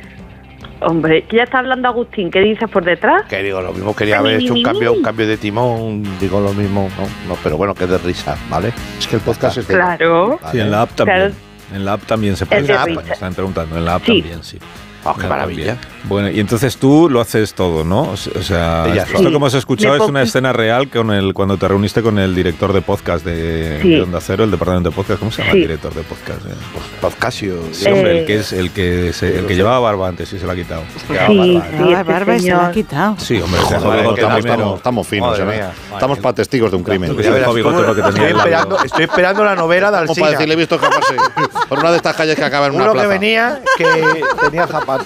[SPEAKER 12] Hombre, que ya está hablando Agustín, ¿qué dices por detrás?
[SPEAKER 3] Que digo, lo mismo quería haber
[SPEAKER 12] Ay,
[SPEAKER 3] hecho un
[SPEAKER 12] mi,
[SPEAKER 3] cambio,
[SPEAKER 12] mi.
[SPEAKER 3] un cambio de timón, digo lo mismo, no, no, pero bueno, que de risa, ¿vale? Es que el podcast es de
[SPEAKER 12] Claro.
[SPEAKER 1] Sí, en la app también.
[SPEAKER 12] Claro.
[SPEAKER 1] En la app también se
[SPEAKER 12] Es
[SPEAKER 1] puede.
[SPEAKER 12] de
[SPEAKER 1] escuchar,
[SPEAKER 12] risa.
[SPEAKER 1] me están preguntando. En la app
[SPEAKER 12] Sí.
[SPEAKER 1] también, sí.
[SPEAKER 3] Ah,
[SPEAKER 1] En
[SPEAKER 3] qué
[SPEAKER 1] la app
[SPEAKER 3] maravilla.
[SPEAKER 1] también. Bueno, y entonces tú lo haces todo, ¿no? O se- o sea,
[SPEAKER 3] Ella
[SPEAKER 1] esto
[SPEAKER 3] sola.
[SPEAKER 1] que hemos escuchado
[SPEAKER 3] Me
[SPEAKER 1] es una
[SPEAKER 3] poqui-
[SPEAKER 1] escena real con el, cuando te reuniste con el director de podcast de,
[SPEAKER 12] Sí.
[SPEAKER 1] de Onda Cero, el departamento de podcast. ¿Cómo se llama
[SPEAKER 12] Sí.
[SPEAKER 1] el director de podcast? eh?
[SPEAKER 3] Podcasio.
[SPEAKER 1] Sí, hombre, el que,
[SPEAKER 12] Eh.
[SPEAKER 1] es, el que, se- el que llevaba barba antes y se la ha quitado.
[SPEAKER 12] Sí, sí,
[SPEAKER 5] La
[SPEAKER 12] este
[SPEAKER 5] Ah, barba y se la ha
[SPEAKER 12] señor.
[SPEAKER 5] quitado.
[SPEAKER 1] Sí, hombre,
[SPEAKER 2] Joder,
[SPEAKER 1] ese bigote
[SPEAKER 2] que estamos,
[SPEAKER 1] primero.
[SPEAKER 2] estamos- estamos finos,
[SPEAKER 1] Madre
[SPEAKER 2] ¿eh?
[SPEAKER 1] mía.
[SPEAKER 2] Estamos para testigos de un crimen.
[SPEAKER 1] Tú que sabes, bigote, lo que tenía
[SPEAKER 3] Estoy
[SPEAKER 1] en la-
[SPEAKER 3] esperando, estoy esperando la novela de
[SPEAKER 2] Como para
[SPEAKER 3] Alsina.
[SPEAKER 2] decirle, he visto escaparse por una de estas calles que acaba en una
[SPEAKER 3] Uno que
[SPEAKER 2] plaza.
[SPEAKER 3] venía que tenía zapatos.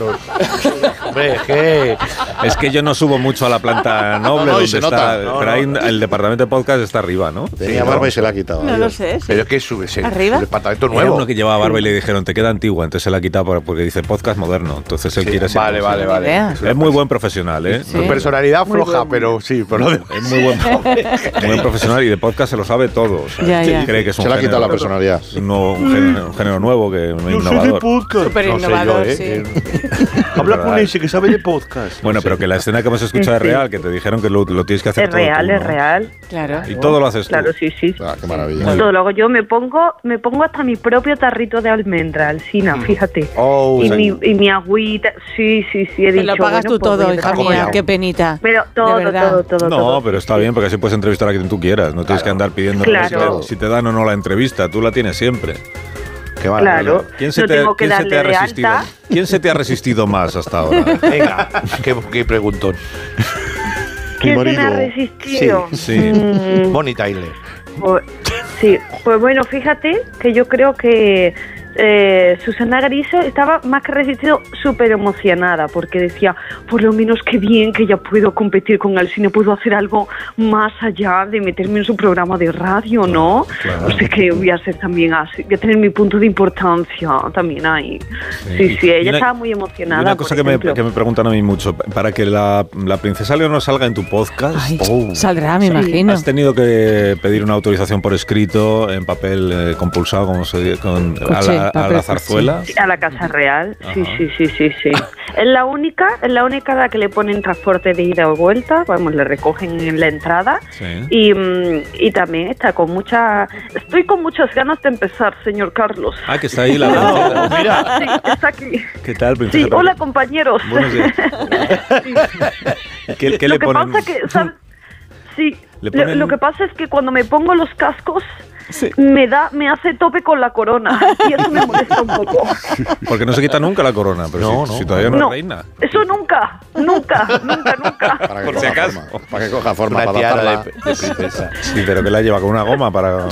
[SPEAKER 3] Hombre, es que
[SPEAKER 1] Es que yo no subo mucho a la planta noble
[SPEAKER 2] No, no, y
[SPEAKER 1] donde
[SPEAKER 2] se
[SPEAKER 1] está.
[SPEAKER 2] nota.
[SPEAKER 1] pero
[SPEAKER 2] No,
[SPEAKER 1] ahí el departamento de podcast está arriba, ¿no?
[SPEAKER 2] Tenía barba y se la ha quitado.
[SPEAKER 5] No lo sé. sí.
[SPEAKER 3] Pero es que sube ese
[SPEAKER 5] ¿Arriba?
[SPEAKER 3] el departamento
[SPEAKER 1] Era
[SPEAKER 3] nuevo.
[SPEAKER 1] uno que llevaba barba y le dijeron, te queda antigua, entonces se la ha quitado por- porque dice podcast moderno. Entonces él quiere ser.
[SPEAKER 3] Vale, vale,
[SPEAKER 5] Ni
[SPEAKER 3] vale.
[SPEAKER 5] idea.
[SPEAKER 1] Es muy buen profesional, ¿eh?
[SPEAKER 5] Sí.
[SPEAKER 3] Personalidad floja, pero sí, pero lo
[SPEAKER 1] Es muy buen, muy buen profesional y de podcast se lo sabe todo. o sea,
[SPEAKER 5] Ya, ya.
[SPEAKER 1] Cree que es un
[SPEAKER 2] Se le ha quitado la
[SPEAKER 1] género-
[SPEAKER 2] personalidad.
[SPEAKER 1] un nuevo- un género, un género nuevo que innovador.
[SPEAKER 3] podcast.
[SPEAKER 5] Súper innovador,
[SPEAKER 4] ¿eh?
[SPEAKER 5] sí.
[SPEAKER 1] Es
[SPEAKER 3] Habla
[SPEAKER 1] verdad.
[SPEAKER 3] con ese que sabe de podcast.
[SPEAKER 1] Bueno, pero que la escena que hemos escuchado es
[SPEAKER 12] Sí.
[SPEAKER 1] real, que te dijeron que lo, lo tienes que hacer
[SPEAKER 12] Es
[SPEAKER 1] todo tú,
[SPEAKER 12] real, es
[SPEAKER 1] ¿no?
[SPEAKER 12] real.
[SPEAKER 5] Claro.
[SPEAKER 1] Y todo lo haces tú.
[SPEAKER 12] Claro, sí, sí.
[SPEAKER 2] Ah, qué maravilla.
[SPEAKER 1] Muy bien.
[SPEAKER 12] Todo lo hago yo, me pongo, me pongo hasta mi propio tarrito de almendra, Alcina, fíjate.
[SPEAKER 3] Oh,
[SPEAKER 12] y,
[SPEAKER 3] sí.
[SPEAKER 12] mi, y mi agüita, sí, sí, sí, he
[SPEAKER 5] Te
[SPEAKER 12] dicho.
[SPEAKER 5] lo pagas
[SPEAKER 12] bueno,
[SPEAKER 5] tú
[SPEAKER 12] pues
[SPEAKER 5] todo,
[SPEAKER 12] voy a
[SPEAKER 5] hija
[SPEAKER 12] pagar.
[SPEAKER 5] mía. Qué penita.
[SPEAKER 12] Pero
[SPEAKER 5] De
[SPEAKER 12] todo,
[SPEAKER 5] verdad.
[SPEAKER 12] todo, todo,
[SPEAKER 1] No,
[SPEAKER 12] todo.
[SPEAKER 1] pero está bien porque así puedes entrevistar a quien tú quieras. No tienes que andar pidiendo
[SPEAKER 12] Claro.
[SPEAKER 1] si, te, si te dan o no la entrevista. Tú la tienes siempre.
[SPEAKER 3] Qué maravilla.
[SPEAKER 12] Claro.
[SPEAKER 1] ¿Quién se,
[SPEAKER 12] no
[SPEAKER 1] te,
[SPEAKER 12] tengo que
[SPEAKER 1] quién se
[SPEAKER 12] darle
[SPEAKER 1] te ha
[SPEAKER 12] de
[SPEAKER 1] resistido?
[SPEAKER 12] alta.
[SPEAKER 1] ¿Quién se te ha resistido más hasta ahora?
[SPEAKER 3] Venga, qué, qué preguntón.
[SPEAKER 12] ¿Quién se me ha
[SPEAKER 2] marido.
[SPEAKER 12] resistido?
[SPEAKER 1] Sí.
[SPEAKER 12] Mm,
[SPEAKER 3] Bonnie Tyler.
[SPEAKER 12] Pues, sí, pues bueno, fíjate que yo creo que eh, Susana Griso estaba más que resistido, súper emocionada, porque decía, por lo menos qué bien que ya puedo competir con Alcine, puedo hacer algo más allá de meterme en su programa de radio, ¿no?
[SPEAKER 1] Claro.
[SPEAKER 12] O sea que voy a ser también así, voy a tener mi punto de importancia también ahí.
[SPEAKER 1] Sí.
[SPEAKER 12] Sí, sí,
[SPEAKER 1] Eh, Y
[SPEAKER 12] ella
[SPEAKER 1] una-
[SPEAKER 12] estaba muy
[SPEAKER 1] Y
[SPEAKER 12] emocionada.
[SPEAKER 1] una
[SPEAKER 12] por
[SPEAKER 1] cosa que me,
[SPEAKER 12] ejemplo.
[SPEAKER 1] que me preguntan a mí mucho, para que la, la princesa Leonor salga en tu podcast,
[SPEAKER 5] Ay,
[SPEAKER 1] oh,
[SPEAKER 5] Saldrá, me imagino.
[SPEAKER 1] has tenido que pedir una autorización por escrito, en papel eh, compulsado, como se dice, con- a,
[SPEAKER 5] Coche,
[SPEAKER 1] la, a
[SPEAKER 5] papel
[SPEAKER 1] la
[SPEAKER 5] coche.
[SPEAKER 1] zarzuela.
[SPEAKER 12] A la Casa Real, sí,
[SPEAKER 1] Ajá.
[SPEAKER 12] sí, sí, sí, sí. Es la única, es la única a la que le ponen transporte de ida o vuelta, vamos, le recogen en la entrada
[SPEAKER 1] Sí.
[SPEAKER 12] y, mm, y también está con mucha, estoy con muchas ganas de empezar, señor Carlos.
[SPEAKER 1] Ah, que está ahí la princesa.
[SPEAKER 3] Mira,
[SPEAKER 12] Sí, está aquí.
[SPEAKER 1] ¿Qué tal, princesa?
[SPEAKER 12] Sí, hola compañeros.
[SPEAKER 1] Buenos días. ¿Qué, qué
[SPEAKER 12] lo
[SPEAKER 1] le
[SPEAKER 12] que
[SPEAKER 1] ponen?
[SPEAKER 12] pasa que, ¿sabes? Sí, lo-
[SPEAKER 1] Le ponen-
[SPEAKER 12] lo que pasa es que cuando me pongo los cascos me da, me hace tope con la corona y eso me molesta un poco.
[SPEAKER 1] Porque no se quita nunca la corona, pero
[SPEAKER 3] No,
[SPEAKER 1] si,
[SPEAKER 3] no.
[SPEAKER 1] si todavía no,
[SPEAKER 12] No,
[SPEAKER 1] es reina.
[SPEAKER 12] eso nunca, nunca, nunca, nunca.
[SPEAKER 2] Para que
[SPEAKER 1] Por si
[SPEAKER 2] coja
[SPEAKER 1] acaso.
[SPEAKER 2] forma, para que coja forma,
[SPEAKER 3] una
[SPEAKER 2] para
[SPEAKER 3] tiara de,
[SPEAKER 2] adaptarla.
[SPEAKER 3] de princesa.
[SPEAKER 1] Sí, pero que la lleva con una goma para...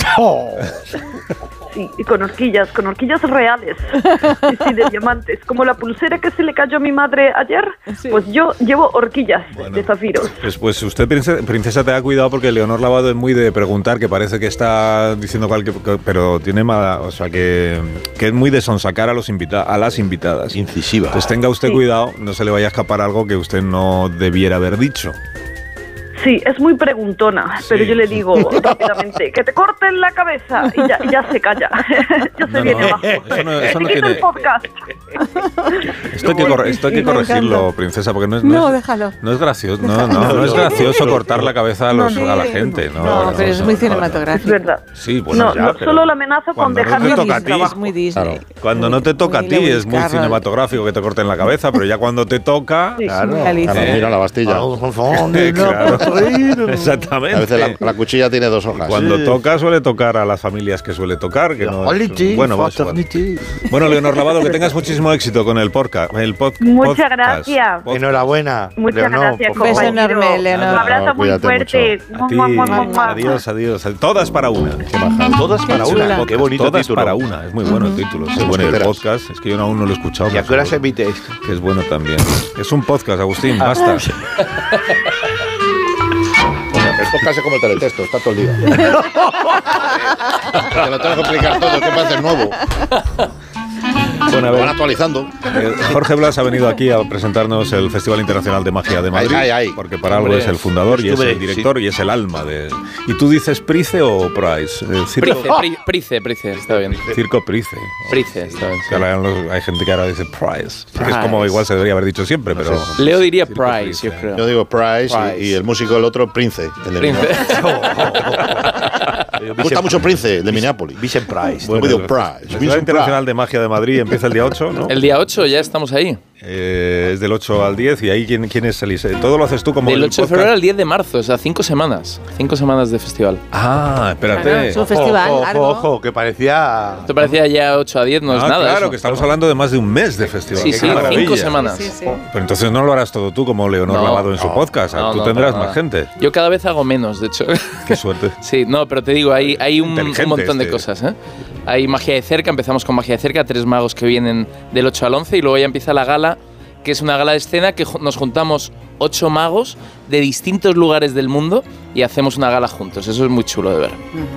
[SPEAKER 12] Sí, y con horquillas, con horquillas reales. Sí, sí, de diamantes. Como la pulsera que se le cayó a mi madre ayer, pues yo llevo horquillas de zafiros.
[SPEAKER 1] Pues, pues usted, princesa, princesa, te ha cuidado porque Leonor Lavado es muy de preguntar, que parece que está diciendo cualquier... que- Pero tiene mala... O sea, que, que es muy de sonsacar a, los invita a las invitadas.
[SPEAKER 3] Incisiva.
[SPEAKER 1] Pues tenga usted
[SPEAKER 12] Sí.
[SPEAKER 1] cuidado, no se le vaya a escapar algo que usted no debiera haber dicho.
[SPEAKER 12] Sí, es muy preguntona, pero yo le digo rápidamente, que te corten la cabeza y ya, y ya se calla. ya se
[SPEAKER 1] No,
[SPEAKER 12] viene
[SPEAKER 1] no,
[SPEAKER 12] abajo.
[SPEAKER 1] eso no-
[SPEAKER 12] Se
[SPEAKER 1] eso no
[SPEAKER 12] quita el
[SPEAKER 1] tiene-
[SPEAKER 12] podcast.
[SPEAKER 1] Esto hay que, corre- esto hay que
[SPEAKER 12] Me encanta.
[SPEAKER 1] corregirlo, princesa, porque no es,
[SPEAKER 12] No,
[SPEAKER 1] es-
[SPEAKER 12] déjalo.
[SPEAKER 1] No es gracioso, no, no, no es gracioso cortar la cabeza a, los- a la gente. No,
[SPEAKER 5] No,
[SPEAKER 1] no,
[SPEAKER 5] pero es
[SPEAKER 1] no.
[SPEAKER 5] muy cinematográfico.
[SPEAKER 12] Es verdad.
[SPEAKER 1] Sí, bueno,
[SPEAKER 12] No,
[SPEAKER 1] ya,
[SPEAKER 12] no,
[SPEAKER 1] pero
[SPEAKER 12] solo la amenazo con
[SPEAKER 1] cuando no
[SPEAKER 12] dejar
[SPEAKER 1] te
[SPEAKER 12] mi
[SPEAKER 1] toca a ti,
[SPEAKER 12] trabajo.
[SPEAKER 5] Muy Disney.
[SPEAKER 1] claro, cuando no te toca a ti es muy
[SPEAKER 5] Carroll.
[SPEAKER 1] cinematográfico que te corten la cabeza, pero ya cuando te toca,
[SPEAKER 5] Sí,
[SPEAKER 1] claro,
[SPEAKER 5] realiza.
[SPEAKER 1] eh,
[SPEAKER 2] Mira la Bastilla.
[SPEAKER 1] Claro. Exactamente.
[SPEAKER 2] A veces la, la cuchilla tiene dos hojas.
[SPEAKER 1] Cuando
[SPEAKER 2] Sí.
[SPEAKER 1] toca suele tocar a las familias que suele tocar. Que no,
[SPEAKER 2] Quality,
[SPEAKER 1] bueno, va, eso va. bueno, Leonor Lavado, que tengas muchísimo éxito con el, porca, el pod-
[SPEAKER 12] Muchas
[SPEAKER 1] podcast.
[SPEAKER 12] gracias.
[SPEAKER 3] Enhorabuena. Pues
[SPEAKER 12] Muchas gracias,
[SPEAKER 1] por
[SPEAKER 12] compañero.
[SPEAKER 1] favor.
[SPEAKER 5] enorme, Leonor.
[SPEAKER 12] Un abrazo muy
[SPEAKER 1] Cuídate
[SPEAKER 12] fuerte.
[SPEAKER 1] A ti,
[SPEAKER 12] Mua, mua, mua, mua.
[SPEAKER 1] adiós, adiós. Todas para una.
[SPEAKER 3] Todas para
[SPEAKER 1] Es
[SPEAKER 3] una.
[SPEAKER 1] el podcast,
[SPEAKER 3] Qué bonito
[SPEAKER 1] Todas
[SPEAKER 3] título.
[SPEAKER 1] para una. Es muy bueno el título. Es bueno el podcast. Es que yo aún no lo he escuchado. ¿Y a qué hora se
[SPEAKER 6] emite esto?
[SPEAKER 1] Que es bueno también. Es un podcast, Agustín. Basta.
[SPEAKER 2] El podcast es como el teletexto, está todo el día. Te lo tengo que explicar todo, ¿qué pasa de nuevo?
[SPEAKER 1] Bueno, a ver.
[SPEAKER 2] Lo van actualizando.
[SPEAKER 1] Eh, Jorge Blas ha venido aquí a presentarnos el Festival Internacional de Magia de Madrid.
[SPEAKER 2] ay, ay.
[SPEAKER 1] Porque para algo
[SPEAKER 2] Hombre,
[SPEAKER 1] es el fundador y es
[SPEAKER 2] estuve,
[SPEAKER 1] el director y es el alma de. ¿Y tú dices Price o Price? Eh,
[SPEAKER 4] Price, pri- price, price, está bien.
[SPEAKER 1] Circo Price.
[SPEAKER 4] Price, está bien.
[SPEAKER 1] Que ahora los- hay gente que ahora dice Price. Que es como
[SPEAKER 4] Price.
[SPEAKER 1] igual se debería haber dicho siempre, pero. eh.
[SPEAKER 4] Leo diría Price, yo creo.
[SPEAKER 2] Yo digo Price, y-
[SPEAKER 4] Price.
[SPEAKER 2] Y, el músico el otro, Prince. El de
[SPEAKER 4] Prince.
[SPEAKER 2] Minneapolis. Me gusta mucho Prince, el de Minneapolis.
[SPEAKER 3] Vincent Price.
[SPEAKER 2] Bueno, digo
[SPEAKER 1] el
[SPEAKER 2] Price.
[SPEAKER 1] Festival Internacional de Magia de Madrid empieza el día 8, ¿no?
[SPEAKER 4] El día 8 ya estamos ahí.
[SPEAKER 1] Eh, es del 8 al 10 y ahí quién, quién es el ISE? Todo lo haces tú como
[SPEAKER 4] Del
[SPEAKER 1] el
[SPEAKER 4] 8 de
[SPEAKER 1] podcast?
[SPEAKER 4] febrero al 10 de marzo, o sea, cinco semanas. Cinco semanas de festival.
[SPEAKER 1] Ah, espérate.
[SPEAKER 4] Claro, es un festival
[SPEAKER 3] ojo,
[SPEAKER 4] largo.
[SPEAKER 3] ojo, que parecía.
[SPEAKER 4] Esto parecía ya 8 a 10, no es
[SPEAKER 1] Ah,
[SPEAKER 4] nada.
[SPEAKER 1] Claro,
[SPEAKER 4] eso.
[SPEAKER 1] que estamos hablando de más de un mes de festival.
[SPEAKER 4] Sí,
[SPEAKER 1] Qué
[SPEAKER 4] sí, cinco
[SPEAKER 1] maravilla.
[SPEAKER 4] semanas.
[SPEAKER 1] Pero entonces no lo harás todo tú como Leonor
[SPEAKER 4] No,
[SPEAKER 1] Lavado en su
[SPEAKER 4] no,
[SPEAKER 1] podcast.
[SPEAKER 4] no,
[SPEAKER 1] tú
[SPEAKER 4] no,
[SPEAKER 1] tendrás
[SPEAKER 4] para
[SPEAKER 1] más gente.
[SPEAKER 4] Yo cada vez hago menos, de hecho.
[SPEAKER 1] Qué suerte.
[SPEAKER 4] Sí, no, pero te digo, hay, hay un,
[SPEAKER 1] Inteligente
[SPEAKER 4] un montón de
[SPEAKER 1] este.
[SPEAKER 4] cosas. ¿eh? Hay magia de cerca, empezamos con magia de cerca, tres magos que vienen del 8 al 11 y luego ya empieza la gala, que es una gala de escena que ju- nos juntamos ocho magos de distintos lugares del mundo y hacemos una gala juntos. Eso es muy chulo de ver.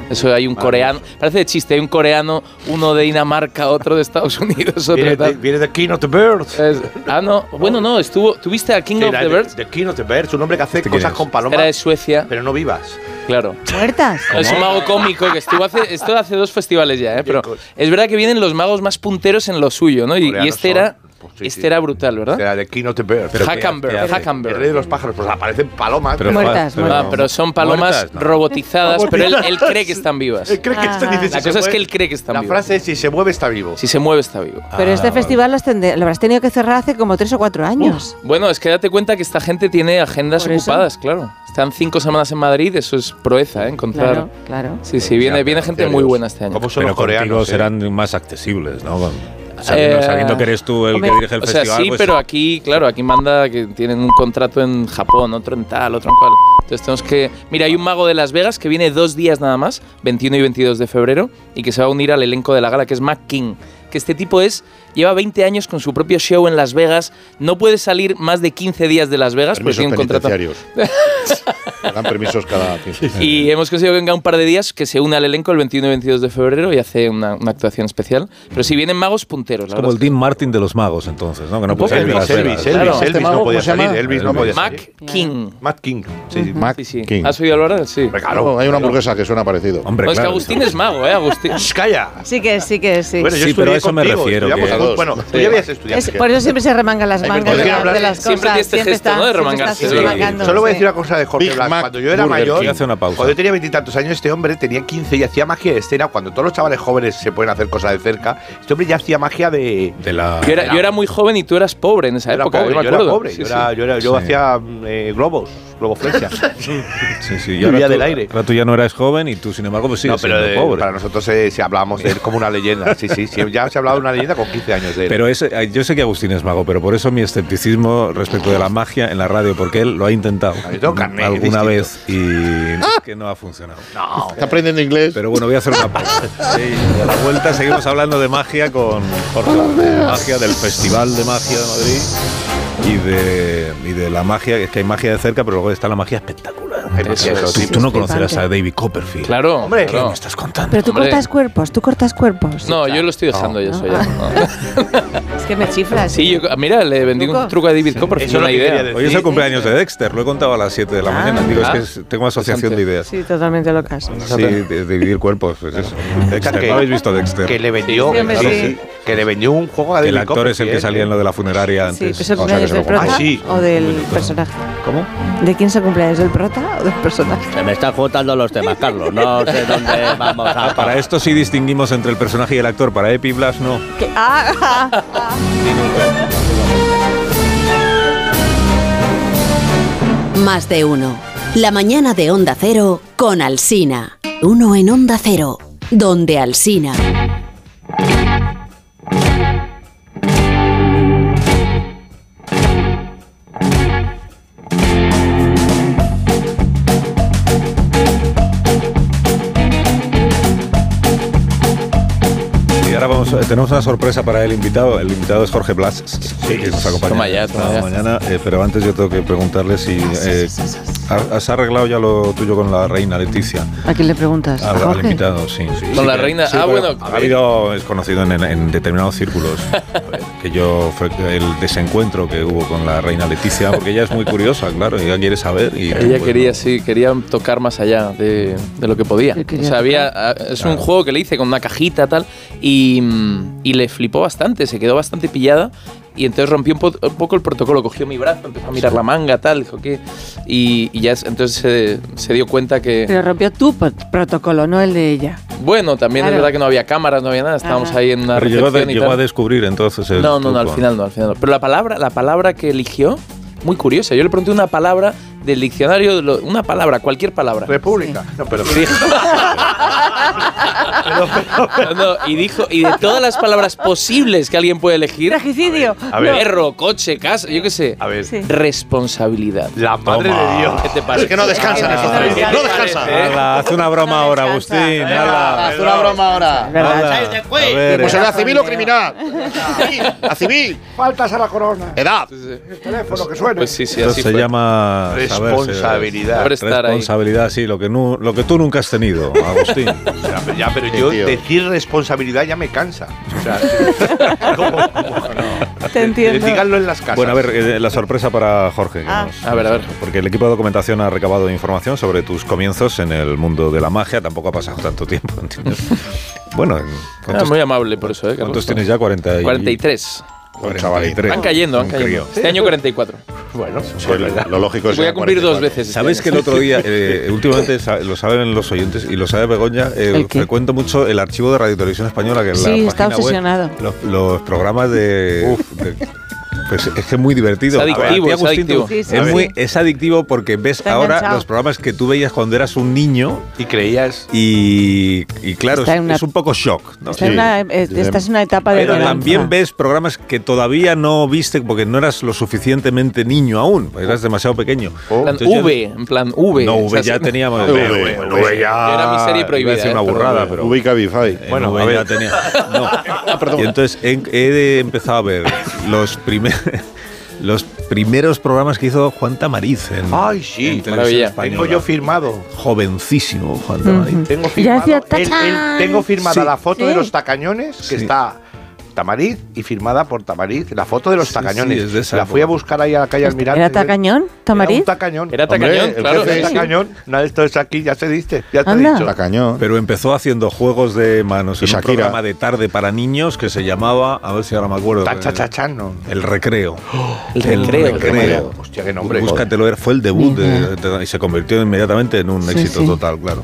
[SPEAKER 4] Eso hay un coreano, parece de chiste, hay un coreano, uno de Dinamarca, otro de Estados Unidos, otro
[SPEAKER 3] Viene de,
[SPEAKER 4] tal.
[SPEAKER 3] viene de King of the Birds.
[SPEAKER 4] Es- ah, no, bueno, no, estuvo, tuviste a King
[SPEAKER 3] Sí,
[SPEAKER 4] of
[SPEAKER 3] la
[SPEAKER 4] the
[SPEAKER 3] de-
[SPEAKER 4] Birds.
[SPEAKER 3] De King of the Birds, un hombre que hace
[SPEAKER 4] ¿Este quién
[SPEAKER 3] cosas
[SPEAKER 4] es?
[SPEAKER 3] con palomas.
[SPEAKER 4] Era de Suecia.
[SPEAKER 3] Pero no vivas.
[SPEAKER 4] Claro.
[SPEAKER 5] ¿Muertas?
[SPEAKER 4] Es un mago cómico que estuvo hace, esto hace dos festivales ya, ¿eh? pero es verdad que vienen los magos más punteros en lo suyo, ¿no? Y, y
[SPEAKER 3] Coreanos
[SPEAKER 4] este
[SPEAKER 3] son,
[SPEAKER 4] era,
[SPEAKER 3] pues sí,
[SPEAKER 4] este
[SPEAKER 3] sí.
[SPEAKER 4] era brutal, ¿verdad?
[SPEAKER 3] Era de King of the Birds.
[SPEAKER 4] Pero Hackenberg,
[SPEAKER 3] ¿qué hace?
[SPEAKER 4] Hackenberg.
[SPEAKER 3] El rey de los pájaros. Pues aparecen palomas.
[SPEAKER 4] Pero- Muertas, pero- muertas. Ah, pero son palomas
[SPEAKER 3] Muertas,
[SPEAKER 4] robotizadas, pero él- él cree que están vivas.
[SPEAKER 3] Él cree que están-
[SPEAKER 4] Ajá.
[SPEAKER 3] dice, si
[SPEAKER 4] La
[SPEAKER 3] se
[SPEAKER 4] cosa es
[SPEAKER 3] mueve-
[SPEAKER 4] que él cree que están
[SPEAKER 3] La
[SPEAKER 4] vivas.
[SPEAKER 3] frase es: Ah. si se mueve, está vivo.
[SPEAKER 4] Si se mueve está vivo.
[SPEAKER 5] Pero este festival lo has tende- lo habrás tenido que cerrar hace como tres o cuatro años.
[SPEAKER 4] Bueno, es que date cuenta que esta gente tiene agendas
[SPEAKER 5] Por eso.
[SPEAKER 4] ocupadas, claro. Están cinco semanas en Madrid, eso es proeza, ¿eh? Encontrar.
[SPEAKER 5] Claro, claro.
[SPEAKER 4] Sí, sí, viene, viene gente muy buena este año.
[SPEAKER 1] Pero
[SPEAKER 3] los
[SPEAKER 1] contigo
[SPEAKER 3] coreanos, eh?
[SPEAKER 1] serán más accesibles, ¿no? Sabiendo,
[SPEAKER 4] Eh,
[SPEAKER 1] sabiendo que eres tú el
[SPEAKER 4] hombre,
[SPEAKER 1] que dirige el
[SPEAKER 4] o
[SPEAKER 1] festival.
[SPEAKER 4] sea, sí,
[SPEAKER 1] pues-
[SPEAKER 4] pero aquí, claro, aquí manda que tienen un contrato en Japón, otro en tal, otro en cual. Entonces tenemos que... Mira, hay un mago de Las Vegas que viene dos días nada más, 21 y 22 de febrero, y que se va a unir al elenco de la gala, que es Mac King. Que este tipo es... Lleva 20 años con su propio show en Las Vegas. No puede salir más de 15 días de Las Vegas porque
[SPEAKER 2] Permisos
[SPEAKER 4] tiene un contrato.
[SPEAKER 2] penitenciarios. Dan permisos cada 15
[SPEAKER 4] Y hemos conseguido que venga un par de días que se une al elenco el 21 y 22 de febrero y hace una, una actuación especial. Pero si vienen magos punteros, la
[SPEAKER 1] Como
[SPEAKER 4] verdad.
[SPEAKER 1] el Dean Martin de los magos, entonces, ¿no? Que no puede
[SPEAKER 4] Elvis,
[SPEAKER 1] salir de Las
[SPEAKER 4] Elvis,
[SPEAKER 1] Vegas.
[SPEAKER 4] Elvis,
[SPEAKER 3] Elvis no podía salir. Elvis no podía
[SPEAKER 4] Mac
[SPEAKER 3] salir.
[SPEAKER 4] King.
[SPEAKER 3] Matt King. Sí, sí.
[SPEAKER 2] Mac King.
[SPEAKER 4] Ah, ¿Has oído hablar de él? Sí.
[SPEAKER 2] Claro, hay una hamburguesa que suena parecido.
[SPEAKER 1] Hombre,
[SPEAKER 4] No, es que Agustín es mago, ¿eh? Agustín.
[SPEAKER 3] ¡Calla!
[SPEAKER 5] Sí que sí que sí.
[SPEAKER 3] Bueno, yo
[SPEAKER 1] Sí, pero
[SPEAKER 3] estudié
[SPEAKER 1] a eso me
[SPEAKER 3] contigo,
[SPEAKER 1] refiero,
[SPEAKER 3] estudiamos
[SPEAKER 1] que-
[SPEAKER 3] a dos. Bueno, tú ya habías estudiado.
[SPEAKER 5] Es- por eso siempre se remangan las mangas de,
[SPEAKER 3] podría hablar-
[SPEAKER 5] de las cosas.
[SPEAKER 4] Siempre tiene este gesto, ¿no? De
[SPEAKER 5] siempre
[SPEAKER 4] remangarse,
[SPEAKER 5] está
[SPEAKER 4] sí.
[SPEAKER 5] remangando,
[SPEAKER 3] Solo voy a
[SPEAKER 5] sí.
[SPEAKER 3] decir una cosa de Jorge
[SPEAKER 1] Big
[SPEAKER 3] Blas.
[SPEAKER 1] Mac,
[SPEAKER 3] cuando yo era
[SPEAKER 1] Burger
[SPEAKER 3] mayor,
[SPEAKER 1] King. Hace una pausa.
[SPEAKER 3] cuando yo tenía veintitantos años, este hombre tenía 15 y hacía magia de escena. Cuando todos los chavales jóvenes se pueden hacer cosas de cerca, este hombre ya hacía magia de.
[SPEAKER 1] De la.
[SPEAKER 4] Yo era, yo era muy joven y tú eras pobre en esa
[SPEAKER 3] Yo era
[SPEAKER 4] época,
[SPEAKER 3] pobre,
[SPEAKER 4] yo me
[SPEAKER 3] yo era
[SPEAKER 4] acuerdo.
[SPEAKER 3] pobre,
[SPEAKER 4] Sí,
[SPEAKER 3] yo,
[SPEAKER 4] sí.
[SPEAKER 3] era- yo era- yo
[SPEAKER 1] Sí.
[SPEAKER 3] hacía eh, globos, globoflexia.
[SPEAKER 1] Sí, sí. Y
[SPEAKER 3] Vivía
[SPEAKER 1] ahora tú,
[SPEAKER 3] del aire.
[SPEAKER 1] ahora tú ya no eras joven y tú, sin embargo, pues
[SPEAKER 3] no,
[SPEAKER 1] sigues
[SPEAKER 3] pero
[SPEAKER 1] siendo
[SPEAKER 3] eh,
[SPEAKER 1] pobre.
[SPEAKER 3] para nosotros eh, si hablábamos de él como una leyenda. Sí, sí, sí, ya se ha hablado de una leyenda con 15 años de él.
[SPEAKER 1] Pero ese- ay, yo sé que Agustín es mago, pero por eso mi escepticismo respecto de la magia en la radio, porque él lo ha intentado
[SPEAKER 3] yo tengo carné,
[SPEAKER 1] alguna
[SPEAKER 3] distinto.
[SPEAKER 1] vez y es que no ha funcionado.
[SPEAKER 2] Está aprendiendo inglés.
[SPEAKER 1] Pero bueno, voy a hacer una pausa. Sí, y a la vuelta seguimos hablando de magia con Jorge, de magia del Festival de Magia de Madrid y de, y de la magia, que es que hay magia de cerca, pero luego está la magia espectacular. Tú, tú no conocerás a David Copperfield.
[SPEAKER 4] Claro. Hombre,
[SPEAKER 1] claro.
[SPEAKER 4] me estás
[SPEAKER 1] contando?
[SPEAKER 5] Pero tú
[SPEAKER 4] Hombre.
[SPEAKER 5] cortas cuerpos, tú cortas cuerpos.
[SPEAKER 4] No, yo lo estoy dejando yo eso ya.
[SPEAKER 5] Es que me
[SPEAKER 4] No.
[SPEAKER 5] chiflas.
[SPEAKER 4] Sí, yo, mira, le vendí
[SPEAKER 5] ¿Truco?
[SPEAKER 4] un truco a David Copperfield.
[SPEAKER 1] Eso es
[SPEAKER 4] una
[SPEAKER 1] lo que
[SPEAKER 4] idea.
[SPEAKER 1] quería decir. Hoy es el cumpleaños de Dexter, lo he contado a las 7 de la mañana. Digo, es que es- tengo asociación de ideas.
[SPEAKER 5] Sí, totalmente locas.
[SPEAKER 1] Sí, de- dividir cuerpos, pues eso. Dexter,
[SPEAKER 6] Que-
[SPEAKER 1] ¿no habéis visto Dexter?
[SPEAKER 6] Que le vendió,
[SPEAKER 5] Sí, hombre,
[SPEAKER 6] que-
[SPEAKER 5] sí.
[SPEAKER 6] que le vendió un juego a
[SPEAKER 1] El
[SPEAKER 6] David
[SPEAKER 1] actor es el que
[SPEAKER 4] ¿eh?
[SPEAKER 6] Copperfield,
[SPEAKER 1] salía en lo de la funeraria
[SPEAKER 5] Sí,
[SPEAKER 1] antes.
[SPEAKER 5] ¿es el
[SPEAKER 1] O sea, que
[SPEAKER 5] cumpleaños
[SPEAKER 1] se Ah, lo
[SPEAKER 5] del prota
[SPEAKER 1] compró.
[SPEAKER 5] o del personaje?
[SPEAKER 1] ¿Cómo?
[SPEAKER 5] ¿De quién se cumpleaños? ¿Del prota o del personaje?
[SPEAKER 7] Se me están juntando los temas, Carlos. No sé dónde vamos a
[SPEAKER 1] Ah, para esto sí distinguimos entre el personaje y el actor. Para Epi Blas no.
[SPEAKER 5] Que- ah, ah, ah.
[SPEAKER 13] Más de uno. La mañana de Onda Cero con Alsina. Uno en Onda Cero, donde Alsina.
[SPEAKER 1] Y ahora vamos, eh, tenemos una sorpresa para el invitado. El invitado es Jorge Blas, que nos acompaña
[SPEAKER 4] Toma ya, toma
[SPEAKER 1] esta
[SPEAKER 4] ya.
[SPEAKER 1] mañana. Eh, pero antes yo tengo que preguntarle si eh, ha- has arreglado ya lo tuyo con la reina Leticia.
[SPEAKER 5] ¿A quién le preguntas?
[SPEAKER 1] Al,
[SPEAKER 5] ¿A
[SPEAKER 1] al
[SPEAKER 5] Jorge?
[SPEAKER 1] invitado, sí. sí,
[SPEAKER 4] Con
[SPEAKER 1] sí,
[SPEAKER 4] la
[SPEAKER 1] que-
[SPEAKER 4] reina.
[SPEAKER 1] sí,
[SPEAKER 4] Ah,
[SPEAKER 1] pero
[SPEAKER 4] bueno.
[SPEAKER 1] Ha habido, es conocido en, en determinados círculos, eh, que yo, fue el desencuentro que hubo con la reina Leticia, porque ella es muy curiosa, claro, ella quiere saber. Y,
[SPEAKER 4] Ella
[SPEAKER 1] pues,
[SPEAKER 4] quería, sí, quería tocar más allá de, de lo que podía. O sea, había, ah, es un juego que le hice con una cajita tal y, mm, y le flipó bastante, se quedó bastante pillada y entonces rompió un, po- un poco el protocolo, cogió mi brazo, empezó a mirar la manga tal, dijo que... Y, y ya es- entonces se, se dio cuenta que...
[SPEAKER 5] Pero rompió tu pot- protocolo, no el de ella.
[SPEAKER 4] Bueno, también
[SPEAKER 5] Claro.
[SPEAKER 4] es verdad que no había cámaras, no había nada, estábamos ahí en una
[SPEAKER 1] pero llegó, a de-
[SPEAKER 4] recepción y
[SPEAKER 1] llegó a
[SPEAKER 4] tal.
[SPEAKER 1] descubrir entonces el
[SPEAKER 4] No, no, no, al
[SPEAKER 1] truco.
[SPEAKER 4] final no, al final no. Pero la palabra, la palabra que eligió, muy curiosa. Yo le pregunté una palabra del diccionario, de lo- una palabra, cualquier palabra. República. No, pero No, y dijo, y de todas las palabras posibles que alguien puede elegir. Tragicidio.
[SPEAKER 5] A ver.
[SPEAKER 4] Perro, coche, casa, yo qué sé. A ver. Responsabilidad. La
[SPEAKER 6] madre de Dios.
[SPEAKER 4] ¿Qué te parece?
[SPEAKER 6] Es que no descansan
[SPEAKER 4] Ah,
[SPEAKER 6] estos tres.
[SPEAKER 4] ¿qué
[SPEAKER 6] No
[SPEAKER 4] te
[SPEAKER 6] descansan.
[SPEAKER 4] parece?
[SPEAKER 1] Hala, haz una broma ahora, Agustín. hala.
[SPEAKER 2] Haz una broma ahora.
[SPEAKER 1] Hala. A ver,
[SPEAKER 2] Pues
[SPEAKER 1] eh.
[SPEAKER 2] era civil o criminal. A civil.
[SPEAKER 14] Faltas a la corona.
[SPEAKER 2] Edad.
[SPEAKER 14] El teléfono que
[SPEAKER 4] Pues sí, sí,
[SPEAKER 1] Eso
[SPEAKER 4] así
[SPEAKER 1] se
[SPEAKER 4] fue.
[SPEAKER 1] llama saberse-
[SPEAKER 4] Responsabilidad. Saber estar ahí.
[SPEAKER 1] Responsabilidad, sí, lo que, nu- lo que tú nunca has tenido, Agustín.
[SPEAKER 6] Ya, pero- ya, pero yo decir responsabilidad ya me cansa. O sea, ¿cómo- cómo?
[SPEAKER 5] Te entiendo.
[SPEAKER 6] Díganlo en las casas.
[SPEAKER 1] Bueno, a ver, eh, la sorpresa para Jorge. que
[SPEAKER 2] Ah.
[SPEAKER 1] nos-
[SPEAKER 4] A ver, a ver.
[SPEAKER 1] Porque el equipo de documentación ha recabado información sobre tus comienzos en el mundo de la magia. Tampoco ha pasado tanto tiempo, ¿entiendes? Bueno,
[SPEAKER 4] Ah, muy amable por eso, ¿eh? Carlos?
[SPEAKER 1] ¿cuántos tienes ya? 40 y-
[SPEAKER 4] 43.
[SPEAKER 1] Un chaval y tres.
[SPEAKER 4] Van cayendo, van
[SPEAKER 1] Un
[SPEAKER 4] cayendo.
[SPEAKER 1] crío.
[SPEAKER 4] Este año 44.
[SPEAKER 6] Bueno,
[SPEAKER 1] lo lógico
[SPEAKER 4] es Voy a llegar cumplir 44. dos veces este
[SPEAKER 1] Sabes
[SPEAKER 4] año.
[SPEAKER 1] que el otro día, eh, últimamente sa- lo saben los oyentes y lo sabe Begoña, eh,
[SPEAKER 5] ¿El qué?
[SPEAKER 1] frecuento mucho el archivo de Radio Televisión Española que en
[SPEAKER 5] Sí,
[SPEAKER 1] la
[SPEAKER 5] está
[SPEAKER 1] página web,
[SPEAKER 5] obsesionado.
[SPEAKER 1] los, los programas de, de- pues es que es muy divertido.
[SPEAKER 4] Es adictivo,
[SPEAKER 1] A ti,
[SPEAKER 4] es
[SPEAKER 1] Agustín,
[SPEAKER 4] adictivo.
[SPEAKER 1] tú-
[SPEAKER 4] Sí, sí,
[SPEAKER 1] es,
[SPEAKER 4] sí.
[SPEAKER 1] muy- es adictivo porque ves
[SPEAKER 4] Está
[SPEAKER 1] ahora
[SPEAKER 4] enganchado.
[SPEAKER 1] los programas que tú veías cuando eras un niño
[SPEAKER 6] y creías
[SPEAKER 1] y, y claro, es,
[SPEAKER 5] Está en una-
[SPEAKER 1] es un poco shock. ¿no?
[SPEAKER 5] Está en una- eh, estás en una etapa de
[SPEAKER 1] Pero
[SPEAKER 5] bonanza.
[SPEAKER 1] también ves programas que todavía no viste porque no eras lo suficientemente niño aún, pues eras demasiado pequeño.
[SPEAKER 4] plan
[SPEAKER 1] Entonces ya-
[SPEAKER 4] V, en plan V.
[SPEAKER 1] No,
[SPEAKER 4] O sea,
[SPEAKER 1] V ya
[SPEAKER 4] sí.
[SPEAKER 1] teníamos.
[SPEAKER 4] V,
[SPEAKER 1] V,
[SPEAKER 4] V,
[SPEAKER 1] V ya.
[SPEAKER 4] Era mi serie
[SPEAKER 1] Iba a
[SPEAKER 4] prohibida.
[SPEAKER 1] decir una
[SPEAKER 4] ¿eh?
[SPEAKER 1] burrada, pero.
[SPEAKER 2] Ubica Cabify.
[SPEAKER 1] Bueno,
[SPEAKER 2] a ver.
[SPEAKER 1] ya tenía. No. Y entonces he, he de- empezado a ver los primeros. Los primeros programas que hizo Juan Tamariz en,
[SPEAKER 6] Ay, sí,
[SPEAKER 1] en televisión
[SPEAKER 6] maravilla.
[SPEAKER 1] española.
[SPEAKER 6] Tengo yo firmado.
[SPEAKER 1] Jovencísimo Juan Tamariz.
[SPEAKER 6] Tengo
[SPEAKER 1] Ya
[SPEAKER 6] firmado.
[SPEAKER 1] hacía
[SPEAKER 6] el- el-
[SPEAKER 1] tachán.
[SPEAKER 6] tengo firmada
[SPEAKER 1] Sí.
[SPEAKER 6] la foto
[SPEAKER 1] Sí.
[SPEAKER 6] de los tacañones que está. Tamariz y firmada por Tamariz, la foto de los tacañones.
[SPEAKER 1] sí, es de esa
[SPEAKER 6] la fui
[SPEAKER 1] época.
[SPEAKER 6] a buscar ahí a la calle Almirante.
[SPEAKER 5] ¿Era tacañón, Tamariz? Era un
[SPEAKER 6] tacañón.
[SPEAKER 4] Era tacañón,
[SPEAKER 6] Hombre, el
[SPEAKER 4] claro.
[SPEAKER 6] jefe es
[SPEAKER 4] Sí.
[SPEAKER 6] tacañón. Una de estos es aquí, ya se diste, ya te he
[SPEAKER 5] Anda.
[SPEAKER 6] dicho.
[SPEAKER 1] Pero empezó haciendo juegos de manos en un
[SPEAKER 6] Shakira.
[SPEAKER 1] programa de tarde para niños que se llamaba, a ver si ahora me acuerdo. eh,
[SPEAKER 6] Tan, cha, cha, cha, no.
[SPEAKER 1] El recreo.
[SPEAKER 6] El Recreo. Hostia, qué nombre.
[SPEAKER 1] Búscatelo, era- fue el debut de- de- y se convirtió inmediatamente en un
[SPEAKER 5] Sí,
[SPEAKER 1] éxito
[SPEAKER 5] sí.
[SPEAKER 1] total, claro.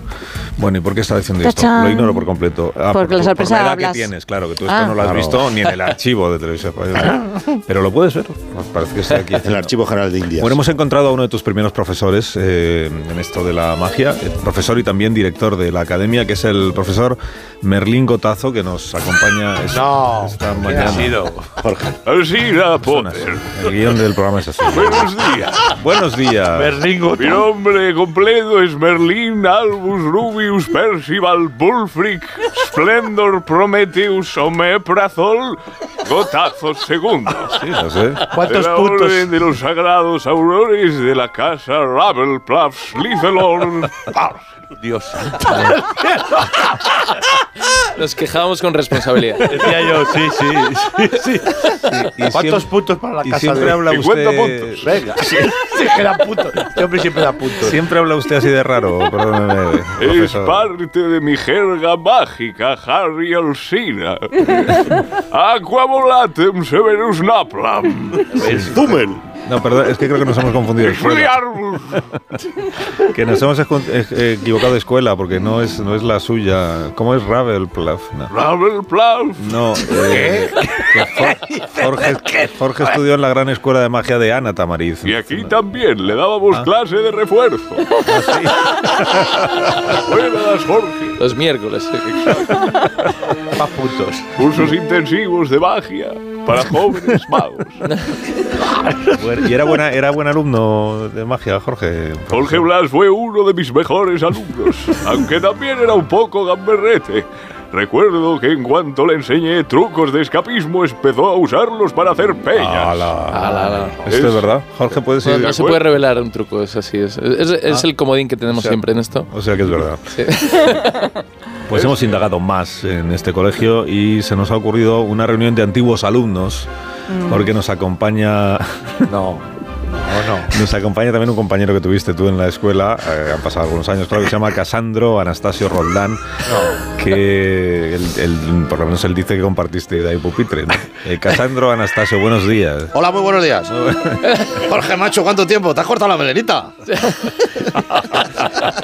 [SPEAKER 1] Bueno, ¿y por qué está diciendo
[SPEAKER 5] Tachán.
[SPEAKER 1] esto? Lo ignoro por completo. Ah,
[SPEAKER 5] Porque la sorpresa
[SPEAKER 1] edad
[SPEAKER 5] hablas.
[SPEAKER 1] que tienes, claro, que tú esto
[SPEAKER 5] Ah.
[SPEAKER 1] no lo has
[SPEAKER 5] Claro.
[SPEAKER 1] visto ni en el archivo de televisión española. Pero lo puedes ver. Nos parece que está aquí.
[SPEAKER 2] El Archivo General de Indias.
[SPEAKER 1] Bueno, hemos encontrado a uno de tus primeros profesores eh, en esto de la magia, eh, profesor y también director de la academia, que es el profesor Merlín Gotazo, que nos acompaña es- esta mañana.
[SPEAKER 15] ha sido?
[SPEAKER 1] Jorge.
[SPEAKER 15] Alcina Potter.
[SPEAKER 1] El guión del programa es así.
[SPEAKER 15] Buenos días.
[SPEAKER 1] Buenos días.
[SPEAKER 15] Mi nombre completo es Merlín Albus Rubius Sirius Percival Bullfric Splendor Prometheus Omeprazol Gotazos segundos.
[SPEAKER 1] no sé.
[SPEAKER 15] de
[SPEAKER 1] ¿Cuántos
[SPEAKER 15] la
[SPEAKER 1] puntos?
[SPEAKER 15] Orden de los sagrados aurores de la casa Ravelplaf Slytherin.
[SPEAKER 6] Dios.
[SPEAKER 4] Nos quejábamos con responsabilidad.
[SPEAKER 6] Decía yo, sí, sí, sí, sí.
[SPEAKER 4] ¿Cuántos
[SPEAKER 6] puntos para la
[SPEAKER 4] y
[SPEAKER 6] casa?
[SPEAKER 4] siempre
[SPEAKER 6] de-
[SPEAKER 4] habla
[SPEAKER 6] 50
[SPEAKER 1] usted-
[SPEAKER 6] puntos. Venga.
[SPEAKER 1] Sí.
[SPEAKER 6] Sí, que da puntos. Este hombre siempre da puntos.
[SPEAKER 1] Siempre habla usted así de raro, perdóneme.
[SPEAKER 15] Es
[SPEAKER 1] profesor.
[SPEAKER 15] parte de mi jerga mágica, Harry Alsina. Aqua volatem severus naplam.
[SPEAKER 1] Stumen. No, perdón, es que creo que nos hemos confundido. de escuela.
[SPEAKER 15] Exfoliarmus.
[SPEAKER 1] Que nos hemos escon- eh, eh, equivocado de escuela porque no es, no es la suya. ¿Cómo es Ravelplaf? No.
[SPEAKER 15] Ravelplaf.
[SPEAKER 1] No, eh, que Jo- Jorge, Jorge estudió en la gran escuela de magia de Ana Tamariz.
[SPEAKER 15] Y aquí también le dábamos clase de refuerzo.
[SPEAKER 1] Ah,
[SPEAKER 15] Buenas, Jorge.
[SPEAKER 4] Los miércoles. eh,
[SPEAKER 15] Más puntos. Cursos intensivos de magia para jóvenes magos.
[SPEAKER 1] Bueno, Y era, buena, era buen alumno de magia, Jorge.
[SPEAKER 15] Jorge Blas fue uno de mis mejores alumnos, aunque también era un poco gamberrete. Recuerdo que en cuanto le enseñé trucos de escapismo, empezó a usarlos para hacer peñas.
[SPEAKER 1] Esto es verdad. Jorge, puedes ir.
[SPEAKER 4] No, no se puede revelar un truco, es así. Es, es- es el comodín que tenemos
[SPEAKER 1] O sea,
[SPEAKER 4] siempre en esto.
[SPEAKER 1] O sea que es verdad.
[SPEAKER 4] Sí.
[SPEAKER 1] Pues hemos indagado más en este colegio y se nos ha ocurrido una reunión de antiguos alumnos,
[SPEAKER 4] Mm.
[SPEAKER 1] porque nos acompaña. No. Nos acompaña también un compañero que tuviste tú en la escuela, eh, han pasado algunos años, claro, que se llama Casandro Anastasio Roldán, que él- él, por lo menos él dice que compartiste de ahí pupitre. ¿no? Eh, Casandro Anastasio, buenos días.
[SPEAKER 2] Hola, muy buenos días. Jorge Macho, ¿cuánto tiempo? ¿Te has cortado la melenita?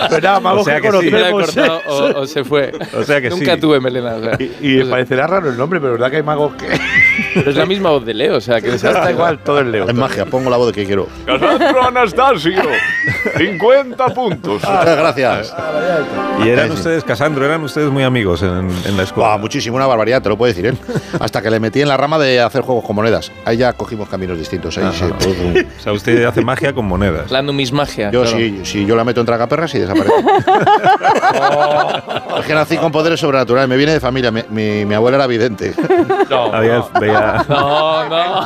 [SPEAKER 6] Pero nada, vamos
[SPEAKER 4] O sea
[SPEAKER 6] que
[SPEAKER 4] que
[SPEAKER 6] conocemos. ¿eh?
[SPEAKER 4] sí. Me la he cortado o- o se fue.
[SPEAKER 6] O sea que
[SPEAKER 4] Nunca
[SPEAKER 6] sí.
[SPEAKER 4] tuve melena. o sea.
[SPEAKER 6] Y me parecerá raro el nombre, pero verdad que hay magos que.
[SPEAKER 4] Pero es la misma voz de Leo, o sea que
[SPEAKER 6] Está igual, todo es Leo.
[SPEAKER 2] Es magia, pongo la voz de que quiero.
[SPEAKER 15] Casandro Anastasio, 50 puntos.
[SPEAKER 12] Ah,
[SPEAKER 4] Ah,
[SPEAKER 2] Muchas gracias.
[SPEAKER 1] Y eran ustedes, Casandro, eran ustedes muy amigos en, en la escuela.
[SPEAKER 2] Buah, muchísimo, una barbaridad, te lo puedo decir, ¿eh? Hasta que le metí en la rama de hacer juegos con monedas. Ahí ya cogimos caminos distintos. ¿eh? Ahí se produce un-
[SPEAKER 1] O sea, usted hace magia con monedas.
[SPEAKER 4] La numismagia.
[SPEAKER 2] Yo
[SPEAKER 4] claro.
[SPEAKER 2] sí, sí, yo la meto en tragaperras y desaparece. Es que nací con poderes sobrenaturales, me viene de familia, mi, mi- mi abuela era vidente.
[SPEAKER 1] Había- Veía,
[SPEAKER 4] No, no.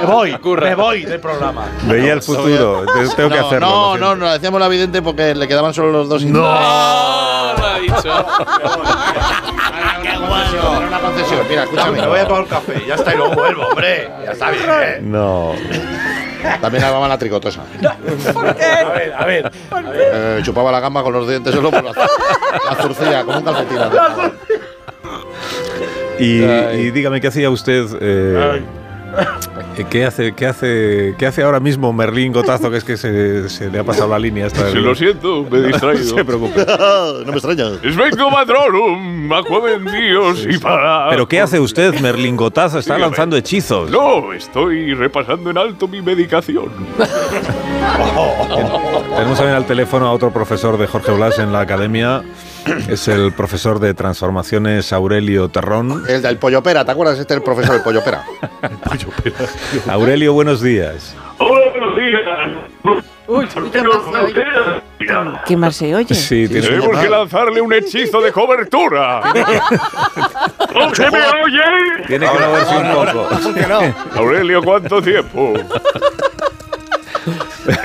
[SPEAKER 6] Me voy, me voy del programa.
[SPEAKER 1] veía el futuro. Entonces tengo que
[SPEAKER 2] no,
[SPEAKER 1] hacerlo.
[SPEAKER 2] no, no, no, decíamos la vidente porque le quedaban solo los dos.
[SPEAKER 4] No, lo ha
[SPEAKER 2] dicho. Mira, escúchame.
[SPEAKER 6] Me voy a tomar un café, ya está, y luego vuelvo, hombre. Ya está bien, ¿eh?
[SPEAKER 1] No.
[SPEAKER 2] También lavaba la tricotosa.
[SPEAKER 6] A ver, a ver.
[SPEAKER 2] Eh, chupaba la gamba con los dientes solo por la, la zurcilla, como un calcetín.
[SPEAKER 1] Y, y dígame, ¿qué hacía usted? eh, ¿Qué hace, qué, hace, ¿Qué hace ahora mismo Merlín Gotazo? Que es que se, se le ha pasado la línea hasta
[SPEAKER 15] Se lo siento, me he
[SPEAKER 1] No,
[SPEAKER 15] distraído.
[SPEAKER 1] No se preocupe.
[SPEAKER 2] no me extraña.
[SPEAKER 15] Es vengo patronum, aquamen dios y para.
[SPEAKER 1] ¿Pero qué hace usted, Merlín Gotazo? Está
[SPEAKER 15] Dígame.
[SPEAKER 1] lanzando hechizos.
[SPEAKER 15] No, estoy repasando en alto mi medicación.
[SPEAKER 1] Tenemos también al teléfono a otro profesor de Jorge Blas en la academia. Es el profesor de transformaciones Aurelio Terrón.
[SPEAKER 2] El del pollo pera, ¿te acuerdas? Este es el profesor del pollo pera.
[SPEAKER 1] Aurelio, buenos días.
[SPEAKER 15] Hola, buenos días.
[SPEAKER 5] Uy, Qué mal se oye.
[SPEAKER 1] Sí, tiene-
[SPEAKER 15] Tenemos que lanzarle un hechizo de cobertura. ¿No se me oye?
[SPEAKER 1] Tiene que moverse un poco.
[SPEAKER 15] Aurelio, ¿cuánto tiempo?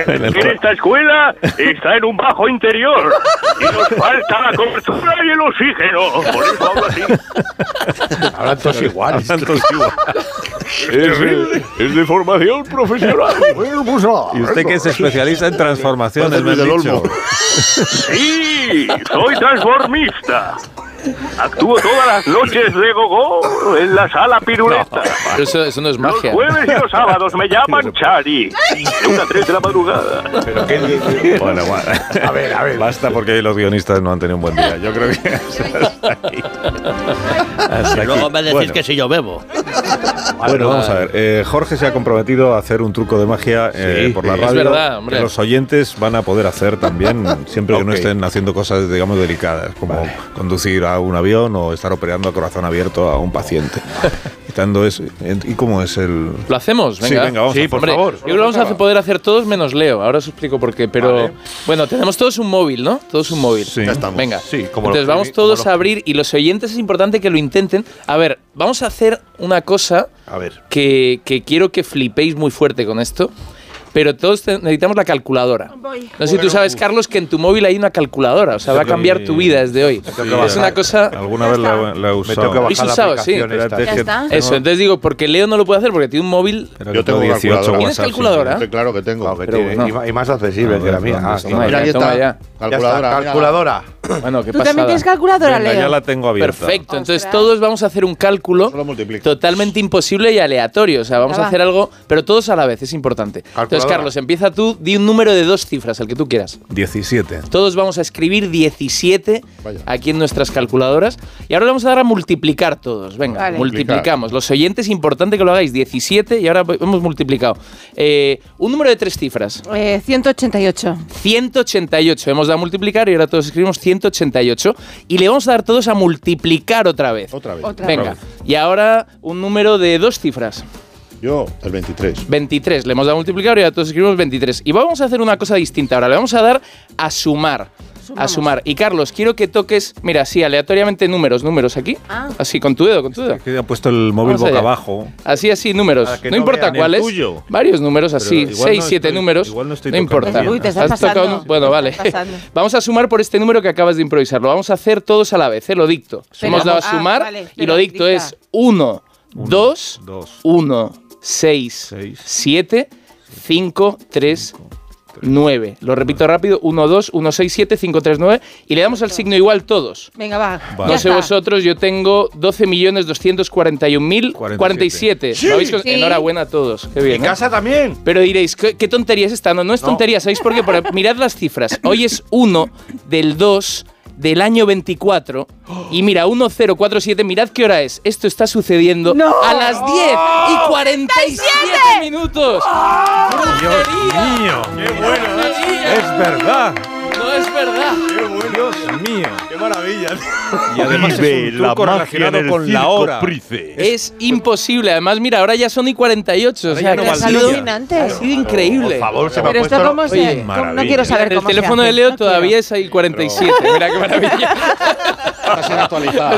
[SPEAKER 1] En el
[SPEAKER 15] En
[SPEAKER 1] cua-
[SPEAKER 15] esta escuela está en un bajo interior y nos falta la cobertura y el oxígeno. Por eso hablo así.
[SPEAKER 6] Hablan todos iguales.
[SPEAKER 15] Es de, es de formación profesional.
[SPEAKER 6] pues, ah.
[SPEAKER 1] y usted que es especialista en transformaciones, me han dicho.
[SPEAKER 15] Sí, soy transformista. Actúo todas las noches de gogó en la sala piruleta.
[SPEAKER 4] Pero eso, eso no es
[SPEAKER 15] Los
[SPEAKER 4] magia.
[SPEAKER 15] jueves y los sábados me llaman Chari. De una a tres de la madrugada.
[SPEAKER 6] Pero qué
[SPEAKER 1] Bueno, bueno.
[SPEAKER 6] A ver, a ver.
[SPEAKER 1] Basta porque hoy los guionistas no han tenido un buen día. Yo creo que hasta aquí. Hasta
[SPEAKER 7] Luego
[SPEAKER 1] aquí.
[SPEAKER 7] me decís
[SPEAKER 1] Bueno.
[SPEAKER 7] que si yo bebo.
[SPEAKER 1] Bueno, vamos a ver. eh, Jorge se ha comprometido a hacer un truco de magia eh,
[SPEAKER 4] Sí,
[SPEAKER 1] por la
[SPEAKER 4] es
[SPEAKER 1] radio.
[SPEAKER 4] verdad, hombre.
[SPEAKER 1] que los oyentes van a poder hacer también, siempre que no estén haciendo cosas, digamos, delicadas, como conducir a un avión o estar operando a corazón abierto a un paciente. Quitando eso. ¿Y cómo es el...?
[SPEAKER 4] ¿Lo hacemos?
[SPEAKER 1] Sí,
[SPEAKER 4] Venga.
[SPEAKER 1] venga, vamos a hacerlo.
[SPEAKER 4] Hombre, Yo creo que vamos a poder hacer todos menos Leo. Ahora os explico por qué. Pero bueno, tenemos todos un móvil, ¿no? Todos un móvil.
[SPEAKER 6] Ya estamos.
[SPEAKER 4] Venga.
[SPEAKER 6] Sí, como
[SPEAKER 4] Entonces
[SPEAKER 6] los-
[SPEAKER 4] vamos
[SPEAKER 6] como
[SPEAKER 4] todos
[SPEAKER 6] los-
[SPEAKER 4] a abrir y los oyentes es importante que lo intenten. A ver, vamos a hacer una cosa
[SPEAKER 6] A ver.
[SPEAKER 4] que, que quiero que flipéis muy fuerte con esto. Pero todos te- necesitamos la calculadora. No sé si tú sabes, Carlos, que en tu móvil hay una calculadora. O sea, va a cambiar tu vida desde hoy. Es
[SPEAKER 1] bajar.
[SPEAKER 4] una cosa
[SPEAKER 1] Alguna vez la, la he usado.
[SPEAKER 4] tengo que bajar la aplicación esta.
[SPEAKER 1] Espérate
[SPEAKER 4] Ya
[SPEAKER 1] que
[SPEAKER 4] está.
[SPEAKER 1] tengo-
[SPEAKER 4] Eso, entonces digo, porque Leo no lo puede hacer porque tiene un móvil.
[SPEAKER 1] Yo tengo 18 calculadora.
[SPEAKER 4] ¿Tienes
[SPEAKER 1] WhatsApp, sí.
[SPEAKER 4] calculadora?
[SPEAKER 2] Sí, Claro que tengo.
[SPEAKER 4] Pero
[SPEAKER 6] tiene.
[SPEAKER 4] bueno.
[SPEAKER 6] Y ma- y más accesible
[SPEAKER 4] A
[SPEAKER 6] que la
[SPEAKER 4] ver,
[SPEAKER 6] mía.
[SPEAKER 4] ¿dónde
[SPEAKER 6] Ah,
[SPEAKER 4] está?
[SPEAKER 6] sí,
[SPEAKER 4] Toma
[SPEAKER 6] mira,
[SPEAKER 4] ya,
[SPEAKER 6] aquí
[SPEAKER 4] toma
[SPEAKER 6] está.
[SPEAKER 4] ya.
[SPEAKER 6] Calculadora.
[SPEAKER 4] Ya está,
[SPEAKER 6] calculadora.
[SPEAKER 4] Bueno, qué
[SPEAKER 5] ¿Tú también
[SPEAKER 4] pasada.
[SPEAKER 5] tienes calculadora,
[SPEAKER 4] Venga,
[SPEAKER 5] Leo?
[SPEAKER 4] ya la
[SPEAKER 1] tengo
[SPEAKER 4] abierta. Perfecto, entonces todos vamos a hacer un cálculo totalmente imposible y aleatorio. O sea, vamos
[SPEAKER 5] Ya
[SPEAKER 4] a
[SPEAKER 5] va.
[SPEAKER 4] hacer algo, pero todos a la vez, es importante. Entonces,
[SPEAKER 1] Calculadora.
[SPEAKER 4] Carlos, empieza tú, di un número de dos cifras, el que tú quieras.
[SPEAKER 1] 17.
[SPEAKER 4] Todos vamos a escribir 17 aquí en nuestras calculadoras. Y ahora le vamos a dar a multiplicar todos. Venga,
[SPEAKER 5] Vale.
[SPEAKER 4] multiplicamos. Los oyentes, importante que lo hagáis. 17 y ahora hemos multiplicado. Eh, un número de tres cifras.
[SPEAKER 5] Eh, 188.
[SPEAKER 4] 188. Hemos dado a multiplicar y ahora todos escribimos 188. Y le vamos a dar todos a multiplicar otra vez. Otra vez.
[SPEAKER 5] Otra
[SPEAKER 4] Venga.
[SPEAKER 5] vez.
[SPEAKER 4] Y ahora un número de dos cifras.
[SPEAKER 2] Yo, el 23.
[SPEAKER 4] 23. Le hemos dado a multiplicar y ahora todos escribimos 23. Y vamos a hacer una cosa distinta ahora. Le vamos a dar a sumar. A sumar. Y Carlos, quiero que toques, mira, así aleatoriamente números, números aquí.
[SPEAKER 5] Ah.
[SPEAKER 4] Así, con tu dedo, con tu dedo.
[SPEAKER 1] Que ha puesto el móvil
[SPEAKER 4] Vamos allá.
[SPEAKER 1] boca abajo.
[SPEAKER 4] Así, así, números.
[SPEAKER 1] Para que
[SPEAKER 4] No,
[SPEAKER 1] no
[SPEAKER 4] importa
[SPEAKER 1] vean el
[SPEAKER 4] cuáles.
[SPEAKER 1] tuyo.
[SPEAKER 4] Varios números
[SPEAKER 1] Pero
[SPEAKER 4] así.
[SPEAKER 1] igual no
[SPEAKER 4] 6, 7
[SPEAKER 1] estoy-
[SPEAKER 4] números.
[SPEAKER 1] igual no estoy tocando
[SPEAKER 4] importa.
[SPEAKER 1] bien. Uy, te estás
[SPEAKER 4] Has tocado
[SPEAKER 5] pasando.
[SPEAKER 4] un- bueno, vale. Vamos a sumar por este número que acabas de improvisar. Lo vamos a hacer todos a la vez, ¿eh? lo dicto.
[SPEAKER 5] Pero-
[SPEAKER 4] Hemos dado a
[SPEAKER 5] ah,
[SPEAKER 4] sumar
[SPEAKER 5] vale,
[SPEAKER 4] y
[SPEAKER 5] espera,
[SPEAKER 4] lo dicto
[SPEAKER 5] dicta.
[SPEAKER 4] es 1, 2,
[SPEAKER 1] dos.
[SPEAKER 4] 1, 6, 7, 5, 3, 9. Lo repito rápido, 1, 2, 1, 6, 7, 5, 3, 9. Y le damos al signo igual todos.
[SPEAKER 5] Venga, va.
[SPEAKER 4] No sé vosotros, yo tengo 12.241.047.
[SPEAKER 5] Sí.
[SPEAKER 4] ¿Lo habéis con-
[SPEAKER 5] Sí.
[SPEAKER 4] Enhorabuena a todos. Qué bien.
[SPEAKER 6] En
[SPEAKER 4] ¿eh?
[SPEAKER 6] casa también.
[SPEAKER 4] Pero diréis, ¿qué, qué tontería es esta? No, no es tontería, ¿sabéis por qué? Por- mirad las cifras. Hoy es 1 del 2 del año 24. Y mira, 1047, mirad qué hora es. Esto está sucediendo a las 10 y 47 minutos. ¡Brujería!
[SPEAKER 1] ¡Qué bueno! ¡Es verdad!
[SPEAKER 4] No es verdad.
[SPEAKER 1] ¡Dios mío! ¡Qué maravilla! Y además
[SPEAKER 6] Vive
[SPEAKER 1] es un truco
[SPEAKER 6] la Este. magia
[SPEAKER 1] relacionado
[SPEAKER 6] en el
[SPEAKER 1] con la
[SPEAKER 6] circo
[SPEAKER 1] hora.
[SPEAKER 6] Price.
[SPEAKER 4] Es imposible. Además, mira, ahora ya son y 48. O
[SPEAKER 1] Ahora
[SPEAKER 4] sea,
[SPEAKER 1] ya no
[SPEAKER 4] que ha
[SPEAKER 1] valdría.
[SPEAKER 4] sido,
[SPEAKER 5] Alucinante.
[SPEAKER 4] ha sido increíble. Por favor,
[SPEAKER 5] se me ha Pero esto puesto- cómo se- cómo- no Maravilla. quiero saber
[SPEAKER 4] El
[SPEAKER 5] cómo se
[SPEAKER 4] teléfono
[SPEAKER 5] hace.
[SPEAKER 4] de Leo todavía es ahí 47. Mira qué maravilla.
[SPEAKER 2] Está sin actualizada.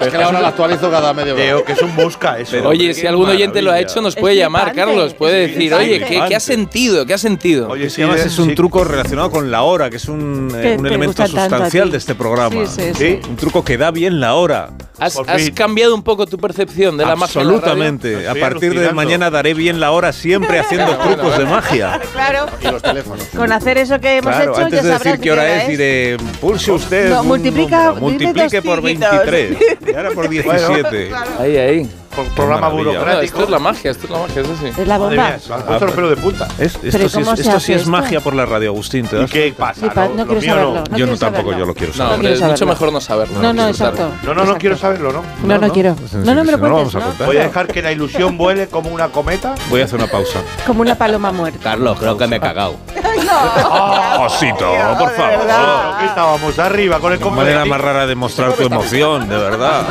[SPEAKER 2] es que ahora la actualizo cada medio
[SPEAKER 6] Creo que es un busca eso.
[SPEAKER 4] Oye, si algún oyente lo ha hecho, nos puede llamar,
[SPEAKER 2] flipante.
[SPEAKER 4] Carlos. Puede
[SPEAKER 2] Es
[SPEAKER 4] decir,
[SPEAKER 2] flipante.
[SPEAKER 4] oye, ¿qué, qué ha sentido? ¿Qué ha sentido?
[SPEAKER 1] Oye, sí,
[SPEAKER 6] ¿eh?
[SPEAKER 1] además es un truco relacionado con la hora, que es un, eh,
[SPEAKER 4] Te-
[SPEAKER 1] un
[SPEAKER 4] te gusta
[SPEAKER 1] elemento
[SPEAKER 4] tanto a
[SPEAKER 1] sustancial
[SPEAKER 4] ti.
[SPEAKER 1] de este programa.
[SPEAKER 4] Sí, sí, sí.
[SPEAKER 1] Un truco que da bien la hora.
[SPEAKER 4] ¿Has,
[SPEAKER 1] Por
[SPEAKER 4] has
[SPEAKER 1] fin.
[SPEAKER 4] cambiado un poco tu percepción de la magia? en la radio?
[SPEAKER 1] Absolutamente. A
[SPEAKER 4] Estoy
[SPEAKER 1] partir de
[SPEAKER 4] alucinando.
[SPEAKER 1] mañana daré bien la hora siempre haciendo trucos de magia.
[SPEAKER 5] Claro.
[SPEAKER 2] Y los teléfonos.
[SPEAKER 5] Con hacer eso que hemos
[SPEAKER 1] Claro,
[SPEAKER 5] hecho, ya
[SPEAKER 1] antes de
[SPEAKER 5] sabrás
[SPEAKER 1] decir qué hora es, diré, pulse usted.
[SPEAKER 5] No,
[SPEAKER 1] un
[SPEAKER 5] multiplica-
[SPEAKER 1] número,
[SPEAKER 5] dime
[SPEAKER 1] multiplique
[SPEAKER 5] dos
[SPEAKER 1] por
[SPEAKER 5] dígitos.
[SPEAKER 1] 23. Y ahora por 17.
[SPEAKER 4] Ahí, ahí.
[SPEAKER 1] programa
[SPEAKER 4] No, esto es la magia, esto es la magia, eso sí.
[SPEAKER 5] Es la bomba. Madre mía,
[SPEAKER 6] se ha puesto los pelos de punta.
[SPEAKER 1] Ah, Es-
[SPEAKER 5] Pero
[SPEAKER 1] esto sí,
[SPEAKER 5] ¿cómo
[SPEAKER 1] es,
[SPEAKER 5] se
[SPEAKER 1] esto
[SPEAKER 5] hace
[SPEAKER 1] sí es
[SPEAKER 5] esto?
[SPEAKER 1] magia por la radio, Agustín. ¿te das
[SPEAKER 6] ¿Y qué
[SPEAKER 1] cuenta?
[SPEAKER 6] pasa?
[SPEAKER 5] Flipa, no quiero
[SPEAKER 1] mío Ah, no.
[SPEAKER 5] saberlo. No
[SPEAKER 1] yo no
[SPEAKER 5] quiero
[SPEAKER 1] tampoco,
[SPEAKER 5] saberlo.
[SPEAKER 1] yo lo quiero
[SPEAKER 4] No,
[SPEAKER 1] saber.
[SPEAKER 4] hombre, es mucho mejor no saberlo.
[SPEAKER 5] No, no,
[SPEAKER 4] disfrutarlo.
[SPEAKER 5] exacto.
[SPEAKER 6] No, no, no quiero saberlo, ¿no?
[SPEAKER 5] No, no quiero. No, no me lo
[SPEAKER 1] Si no,
[SPEAKER 5] cuentes,
[SPEAKER 1] vamos a
[SPEAKER 5] ¿no?
[SPEAKER 1] contar.
[SPEAKER 6] Voy a dejar que la ilusión vuele como una cometa.
[SPEAKER 1] Voy a hacer una pausa.
[SPEAKER 5] Como una paloma muerta.
[SPEAKER 7] Carlos, creo que me he cagado.
[SPEAKER 1] Osito, por favor.
[SPEAKER 6] Aquí estábamos arriba con el
[SPEAKER 1] Qué manera más rara de mostrar tu emoción, de verdad.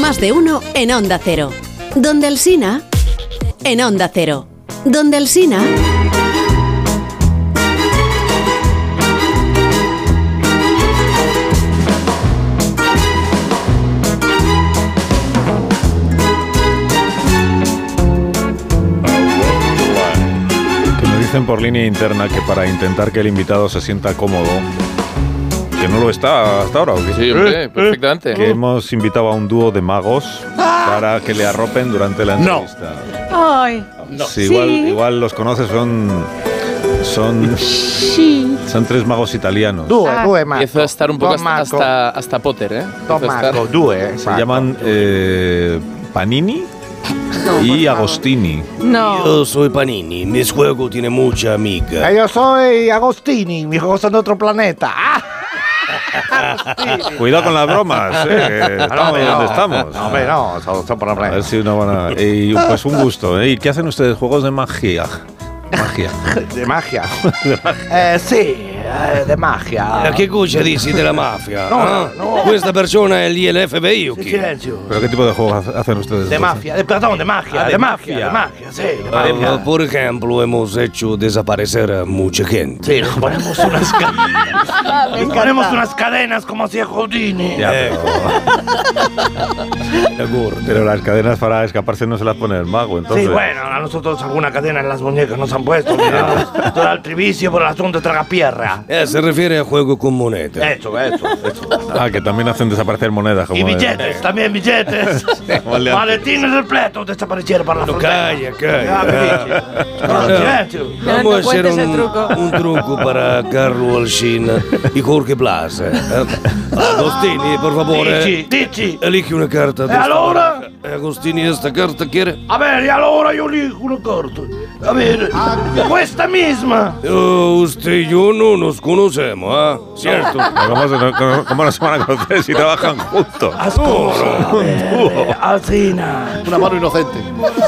[SPEAKER 13] Más de uno en Onda Cero. Donde Alsina. En Onda Cero. Donde Alsina.
[SPEAKER 1] Que me dicen por línea interna que para intentar que el invitado se sienta cómodo, que no lo está hasta ahora. ¿o qué?
[SPEAKER 2] Eh,
[SPEAKER 4] Sí, hombre, perfectamente.
[SPEAKER 8] Uh.
[SPEAKER 1] Que hemos invitado a un dúo de magos para que le arropen durante la
[SPEAKER 6] No.
[SPEAKER 1] entrevista.
[SPEAKER 8] Ah. Ay.
[SPEAKER 1] Sí, Igual, igual los conoces, son. Son.
[SPEAKER 8] Sí.
[SPEAKER 1] Son tres magos italianos.
[SPEAKER 6] eh,
[SPEAKER 4] Ah. Empiezo a estar un poco hasta,
[SPEAKER 6] Tomaco.
[SPEAKER 4] hasta, hasta Potter, ¿eh? Empiezo a estar-
[SPEAKER 6] Tomaco, due.
[SPEAKER 1] Se llaman eh, Panini y Agostini.
[SPEAKER 5] No.
[SPEAKER 16] Yo soy Panini, mi juego tiene mucha amiga.
[SPEAKER 14] Eh, Yo soy Agostini, mi juego son de otro planeta. ¡Ah!
[SPEAKER 1] Cuidado con las bromas. eh,
[SPEAKER 3] No,
[SPEAKER 1] Estamos
[SPEAKER 6] Ah.
[SPEAKER 3] hombre, no.
[SPEAKER 1] donde estamos.
[SPEAKER 3] No, hombre, no,
[SPEAKER 1] A ver si una buena- y, pues un gusto. ¿eh? ¿Y qué hacen ustedes? Juegos de magia. Magia.
[SPEAKER 6] De magia.
[SPEAKER 1] De magia.
[SPEAKER 16] Eh, sì, eh, de magia.
[SPEAKER 1] Ah.
[SPEAKER 16] Che cosa dici della mafia?
[SPEAKER 6] No,
[SPEAKER 16] ah?
[SPEAKER 6] no.
[SPEAKER 16] Questa persona è lì e l'FBI o chi?
[SPEAKER 6] Silenzio.
[SPEAKER 1] ¿Pero qué tipo de juegos ha- hacen ustedes?
[SPEAKER 6] De
[SPEAKER 1] entonces?
[SPEAKER 6] mafia, de, perdón, de magia,
[SPEAKER 16] Ah, de
[SPEAKER 6] de, mafia,
[SPEAKER 16] magia.
[SPEAKER 6] de magia, sí, de
[SPEAKER 16] Ah,
[SPEAKER 6] magia.
[SPEAKER 9] pues,
[SPEAKER 16] por ejemplo, hemos hecho desaparecer a mucha gente.
[SPEAKER 6] Sí, nos ponemos unas cadenas. nos ponemos unas cadenas como hacía Houdini.
[SPEAKER 1] Ya,
[SPEAKER 3] Eh.
[SPEAKER 1] pero... Pero las cadenas para escaparse no se las pone el mago, entonces.
[SPEAKER 6] Sí, bueno, a nosotros alguna cadena en las muñecas nos han puesto. miramos todo el trivicio por el asunto de tragapierra.
[SPEAKER 16] Eh, se refiere a juego con moneda.
[SPEAKER 3] Eh,
[SPEAKER 6] Eso, eso, eso.
[SPEAKER 1] Ah, que también hacen desaparecer monedas. Como
[SPEAKER 6] Y
[SPEAKER 1] el-
[SPEAKER 6] billetes, también billetes.
[SPEAKER 1] Como el de antes.
[SPEAKER 6] Maletines repletos desaparecieron para la
[SPEAKER 16] No,
[SPEAKER 6] frontera.
[SPEAKER 16] calla, calla.
[SPEAKER 6] Ya,
[SPEAKER 16] Bueno,
[SPEAKER 6] silencio.
[SPEAKER 16] Vamos a hacer
[SPEAKER 6] cuentes
[SPEAKER 16] un,
[SPEAKER 6] el truco.
[SPEAKER 16] un truco para Carlo Alcina y Jorge Blas. eh. Agostini, por favor. eh,
[SPEAKER 6] Dici, dici.
[SPEAKER 16] Elige una carta. de
[SPEAKER 6] E
[SPEAKER 16] esta
[SPEAKER 6] allora?
[SPEAKER 16] baraja. Agostini, esta carta quiere.
[SPEAKER 6] A ver, y ahora yo elijo una corto. A ver, cuesta misma.
[SPEAKER 16] Oh, usted y yo no nos conocemos, ¿ah? ¿Cierto?
[SPEAKER 1] Pero ¿Cómo, se- no- cómo- cómo no se van a conocer si trabajan juntos?
[SPEAKER 16] Ah,
[SPEAKER 6] Alcina. Una mano inocente.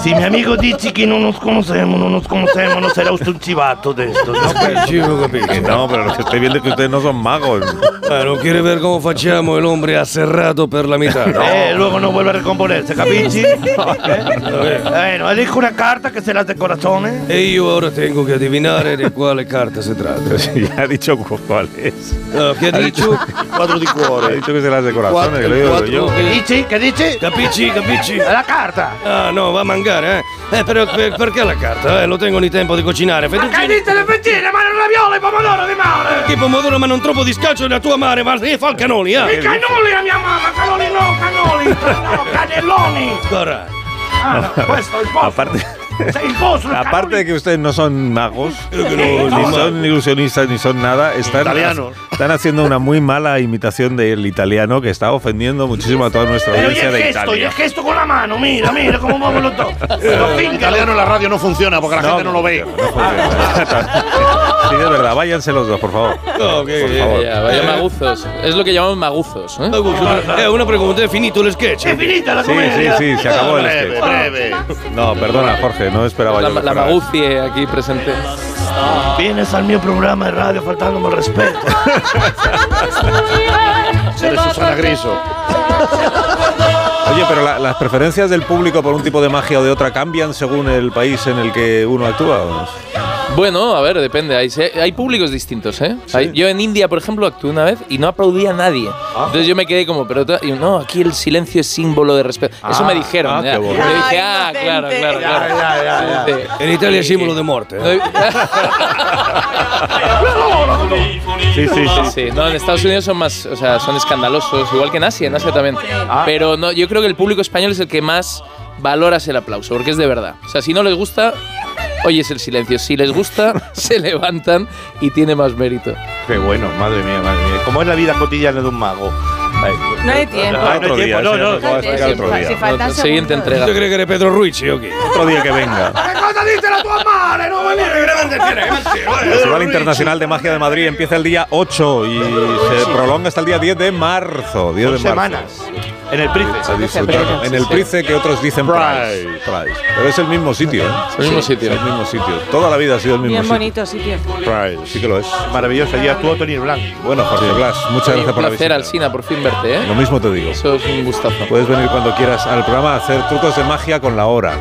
[SPEAKER 6] Si mi amigo dice que no nos conocemos, no nos conocemos, no será usted un chivato de estos. ¿no?
[SPEAKER 1] Que No, pero lo que estoy viendo es que ustedes no son magos.
[SPEAKER 16] Bueno, quiere ver cómo facciamo el hombre ha cerrado per la mitad.
[SPEAKER 6] Eh, luego no vuelve a recomponerse, capichi? Eh, Bueno, elijo una carta que se las de corazones.
[SPEAKER 16] E io ora tengo che adivinare di quale carta si tratta.
[SPEAKER 1] ya ha dicho cu- cuál es.
[SPEAKER 16] No, ¿Qué ha dicho?
[SPEAKER 1] Cuatro de cuore. Ha dicho que se las de corazones, que lo digo yo.
[SPEAKER 6] ¿Qué dice? ¿Qué dice?
[SPEAKER 16] Capici, capici.
[SPEAKER 6] La carta.
[SPEAKER 16] Ah, no, va a mangiare, eh? Eh, però per- perché la carta? Eh, lo tengo ogni tempo di cucinare.
[SPEAKER 6] Che
[SPEAKER 16] ¿eh? Fettuccine,
[SPEAKER 6] dice le fettine, ma non raviola, i pomodoro di mare.
[SPEAKER 16] che pomodoro, ma non troppo di scalcio della tua mare, ma eh, fa il canoni,
[SPEAKER 6] I
[SPEAKER 16] eh?
[SPEAKER 6] cannoli a mia mamma, cannoli no, cannoli, no, cannelloni.
[SPEAKER 16] Guarda.
[SPEAKER 6] Ah, no, questo è il posto.
[SPEAKER 1] Aparte,
[SPEAKER 6] Sei il posto, il cannoli.
[SPEAKER 1] aparte de que ustedes no son magos,
[SPEAKER 6] que
[SPEAKER 1] ni
[SPEAKER 6] no, ni
[SPEAKER 1] son ilusionistas, ni son nada, están,
[SPEAKER 6] Italianos.
[SPEAKER 1] están haciendo una muy mala imitación del italiano que está ofendiendo muchísimo a toda nuestra
[SPEAKER 6] Pero y
[SPEAKER 1] audiencia
[SPEAKER 6] el
[SPEAKER 1] de
[SPEAKER 6] gesto, y
[SPEAKER 1] Italia.
[SPEAKER 6] el gesto con la mano, mira, mira cómo mueve los dos. Los
[SPEAKER 2] En
[SPEAKER 6] fingers.
[SPEAKER 2] italiano la radio no funciona porque la gente no lo ve.
[SPEAKER 1] Sí, de verdad, váyanse los dos, por favor. Por favor.
[SPEAKER 4] Ya, vaya maguzos. Es lo que llamamos maguzos. ¿eh?
[SPEAKER 16] Eh, una pregunta, ¿es finito el sketch?
[SPEAKER 6] Es finita la
[SPEAKER 1] Ah, Sí, sí,
[SPEAKER 6] comedia.
[SPEAKER 1] sí, se acabó el
[SPEAKER 9] este.
[SPEAKER 2] Breve,
[SPEAKER 1] sketch.
[SPEAKER 2] breve.
[SPEAKER 1] No, perdona, Jorge, no esperaba
[SPEAKER 4] La,
[SPEAKER 1] yo. que
[SPEAKER 4] la
[SPEAKER 1] fuera-
[SPEAKER 4] magucie aquí presente.
[SPEAKER 6] Vienes al mío programa de radio faltándome el respeto.
[SPEAKER 2] Eres Susana Griso.
[SPEAKER 1] Oye, pero la- las preferencias del público por un tipo de magia o de otra cambian según el país en el que uno actúa. ¿o no?
[SPEAKER 4] Bueno, a ver, depende. Hay, se- hay públicos distintos, ¿eh? Hay- yo en India, por ejemplo, actué una vez y no aplaudía a nadie. Entonces yo me quedé como, pero ta- y yo, no, aquí el silencio es símbolo de respeto. Eso
[SPEAKER 1] Ah,
[SPEAKER 4] me dijeron.
[SPEAKER 1] ah,
[SPEAKER 4] ya.
[SPEAKER 1] qué
[SPEAKER 4] yo
[SPEAKER 1] bueno.
[SPEAKER 4] dije,
[SPEAKER 17] Ay,
[SPEAKER 4] ah, claro, claro, claro.
[SPEAKER 16] En Italia es símbolo de muerte. eh.
[SPEAKER 4] Sí, sí, sí, No, en Estados Unidos son más, o sea, son escandalosos, igual que en Asia, en Asia también.
[SPEAKER 1] Ah.
[SPEAKER 4] Pero no, yo creo que el público español es el que más valoras el aplauso, porque es de verdad. O sea, si no les gusta, oyes el silencio. Si les gusta, se levantan y tiene más mérito.
[SPEAKER 6] Qué bueno, madre mía, madre mía.
[SPEAKER 4] ¿Cómo
[SPEAKER 6] es la vida cotidiana de un mago?
[SPEAKER 5] No hay tiempo.
[SPEAKER 1] Ah, otro día,
[SPEAKER 6] no,
[SPEAKER 1] eso ya
[SPEAKER 6] no,
[SPEAKER 1] lo puedo explicar
[SPEAKER 5] si
[SPEAKER 1] otro
[SPEAKER 5] fa-
[SPEAKER 1] día.
[SPEAKER 5] si faltan
[SPEAKER 1] No,
[SPEAKER 5] segundos.
[SPEAKER 16] ¿Usted cree que eres Pedro Ruiz, o qué?
[SPEAKER 1] Otro día que venga.
[SPEAKER 6] ¿Qué cosa dice la tua madre? No me
[SPEAKER 1] El Festival Internacional de Magia de Madrid empieza el día 8 y se prolonga hasta el día 10 de marzo. 10 de marzo.
[SPEAKER 6] Son semanas. En el Price.
[SPEAKER 1] A disfrutar. En el Price que otros dicen Price. Price. Pero es el mismo sitio. ¿eh? Es
[SPEAKER 4] el mismo sitio.
[SPEAKER 1] Es el mismo sitio. Toda la vida ha sido el mismo
[SPEAKER 5] Bien
[SPEAKER 1] sitio.
[SPEAKER 5] bonito sitio.
[SPEAKER 1] Price. Sí que lo es.
[SPEAKER 6] Maravilloso, allí actuó Tony Blanc.
[SPEAKER 1] Bueno, Jorge Blas, muchas
[SPEAKER 4] Oye,
[SPEAKER 1] gracias por la
[SPEAKER 4] Un placer,
[SPEAKER 1] visita.
[SPEAKER 4] Alsina, por fin verte, ¿eh?
[SPEAKER 1] Lo mismo te digo.
[SPEAKER 4] Eso es un gustazo.
[SPEAKER 1] Puedes venir cuando quieras al programa a hacer trucos de magia con la hora.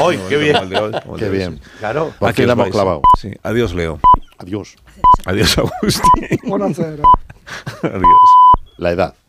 [SPEAKER 6] Hoy, qué bien.
[SPEAKER 1] Como el de hoy, como el
[SPEAKER 2] Qué
[SPEAKER 1] de hoy,
[SPEAKER 2] bien.
[SPEAKER 1] sí.
[SPEAKER 6] Claro.
[SPEAKER 2] Por
[SPEAKER 1] Aquí
[SPEAKER 2] fin
[SPEAKER 1] os
[SPEAKER 2] la hemos
[SPEAKER 1] vais.
[SPEAKER 2] clavado.
[SPEAKER 1] Sí. Adiós, Leo.
[SPEAKER 2] Adiós.
[SPEAKER 1] Adiós, Agustín.
[SPEAKER 14] Buenas tardes.
[SPEAKER 1] Adiós.
[SPEAKER 2] La edad.